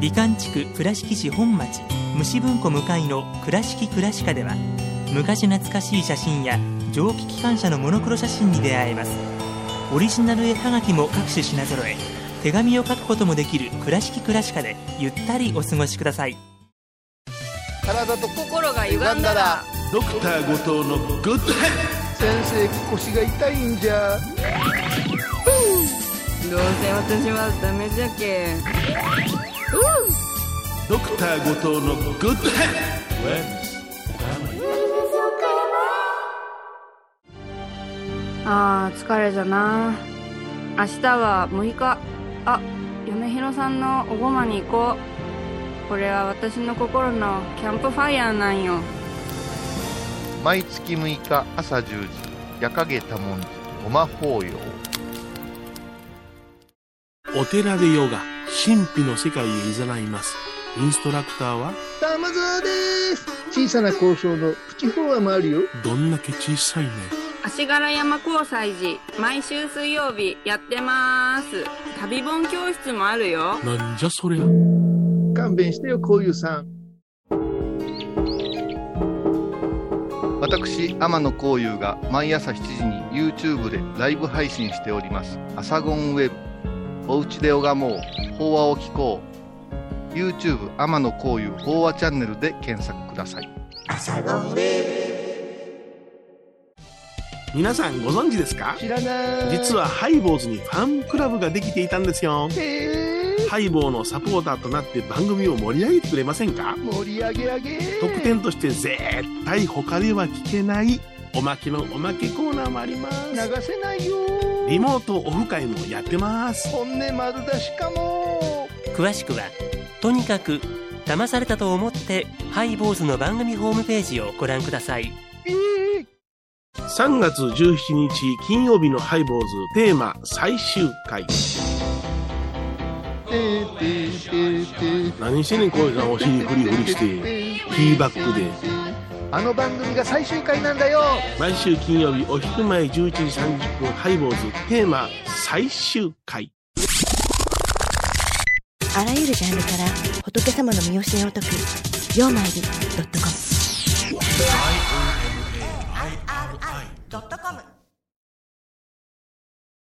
Speaker 11: 美観地区倉敷市本町虫文庫向かいの「倉敷倉敷科」では昔懐かしい写真や蒸気機関車のモノクロ写真に出会えますオリジナル絵はがきも各種品揃え手紙を書くこともできる「倉敷倉敷科」でゆったりお過ごしください
Speaker 6: 体と
Speaker 9: 心が歪んだら
Speaker 1: ドクター後藤のグッド
Speaker 8: 先生腰が痛いんじゃ
Speaker 9: どうせ私はダメじゃけ
Speaker 1: ドクター後藤のグッド
Speaker 9: あー疲れじゃな明日は6日あ嫁ひろさんのおごまに行こう
Speaker 3: これは私の心のキャンプファイヤーなんよ
Speaker 12: 毎月6日朝10時夜影多文字ごま法要
Speaker 1: お寺でヨガ神秘の世界へいざないますインストラクターは
Speaker 13: 玉沢です小さな交渉のプチフォアもあるよ
Speaker 1: どんだけ小さいね
Speaker 3: 足柄山交際時毎週水曜日やってます旅本教室もあるよ
Speaker 1: なんじゃそりゃ
Speaker 13: 勘弁してよこういうさん
Speaker 2: 私天野幸雄が毎朝7時に YouTube でライブ配信しております「アサゴンウェブ」「おうちで拝もう法話を聞こう」YouTube 天野幸雄法話チャンネルで検索ください
Speaker 1: 皆さんご存知ですか
Speaker 13: 知らない
Speaker 1: 実はハイボーズにファンクラブができていたんですよハイボーのサポーターとなって番組を盛り上げてくれませんか
Speaker 13: 盛り上げ上げ
Speaker 1: 特典として絶対他では聞けないおまけのおまけコーナーもあります
Speaker 13: 流せないよ
Speaker 1: リモートオフ会もやってます
Speaker 13: 本音丸出しかも
Speaker 11: 詳しくはとにかく騙されたと思ってハイボーズの番組ホームページをご覧ください
Speaker 1: 3月17日金曜日のハイボーズテーマ最終回何してんねんこういうさんお尻フリフリしてティーバックで
Speaker 13: あの番組が最終回なんだよ
Speaker 1: 毎週金曜日お昼前11時30分ハイボーズテーマ最終回
Speaker 14: あらゆるジャンルから仏様の身教えを解く「曜マイルドットコム」「i o m a r i ドットコム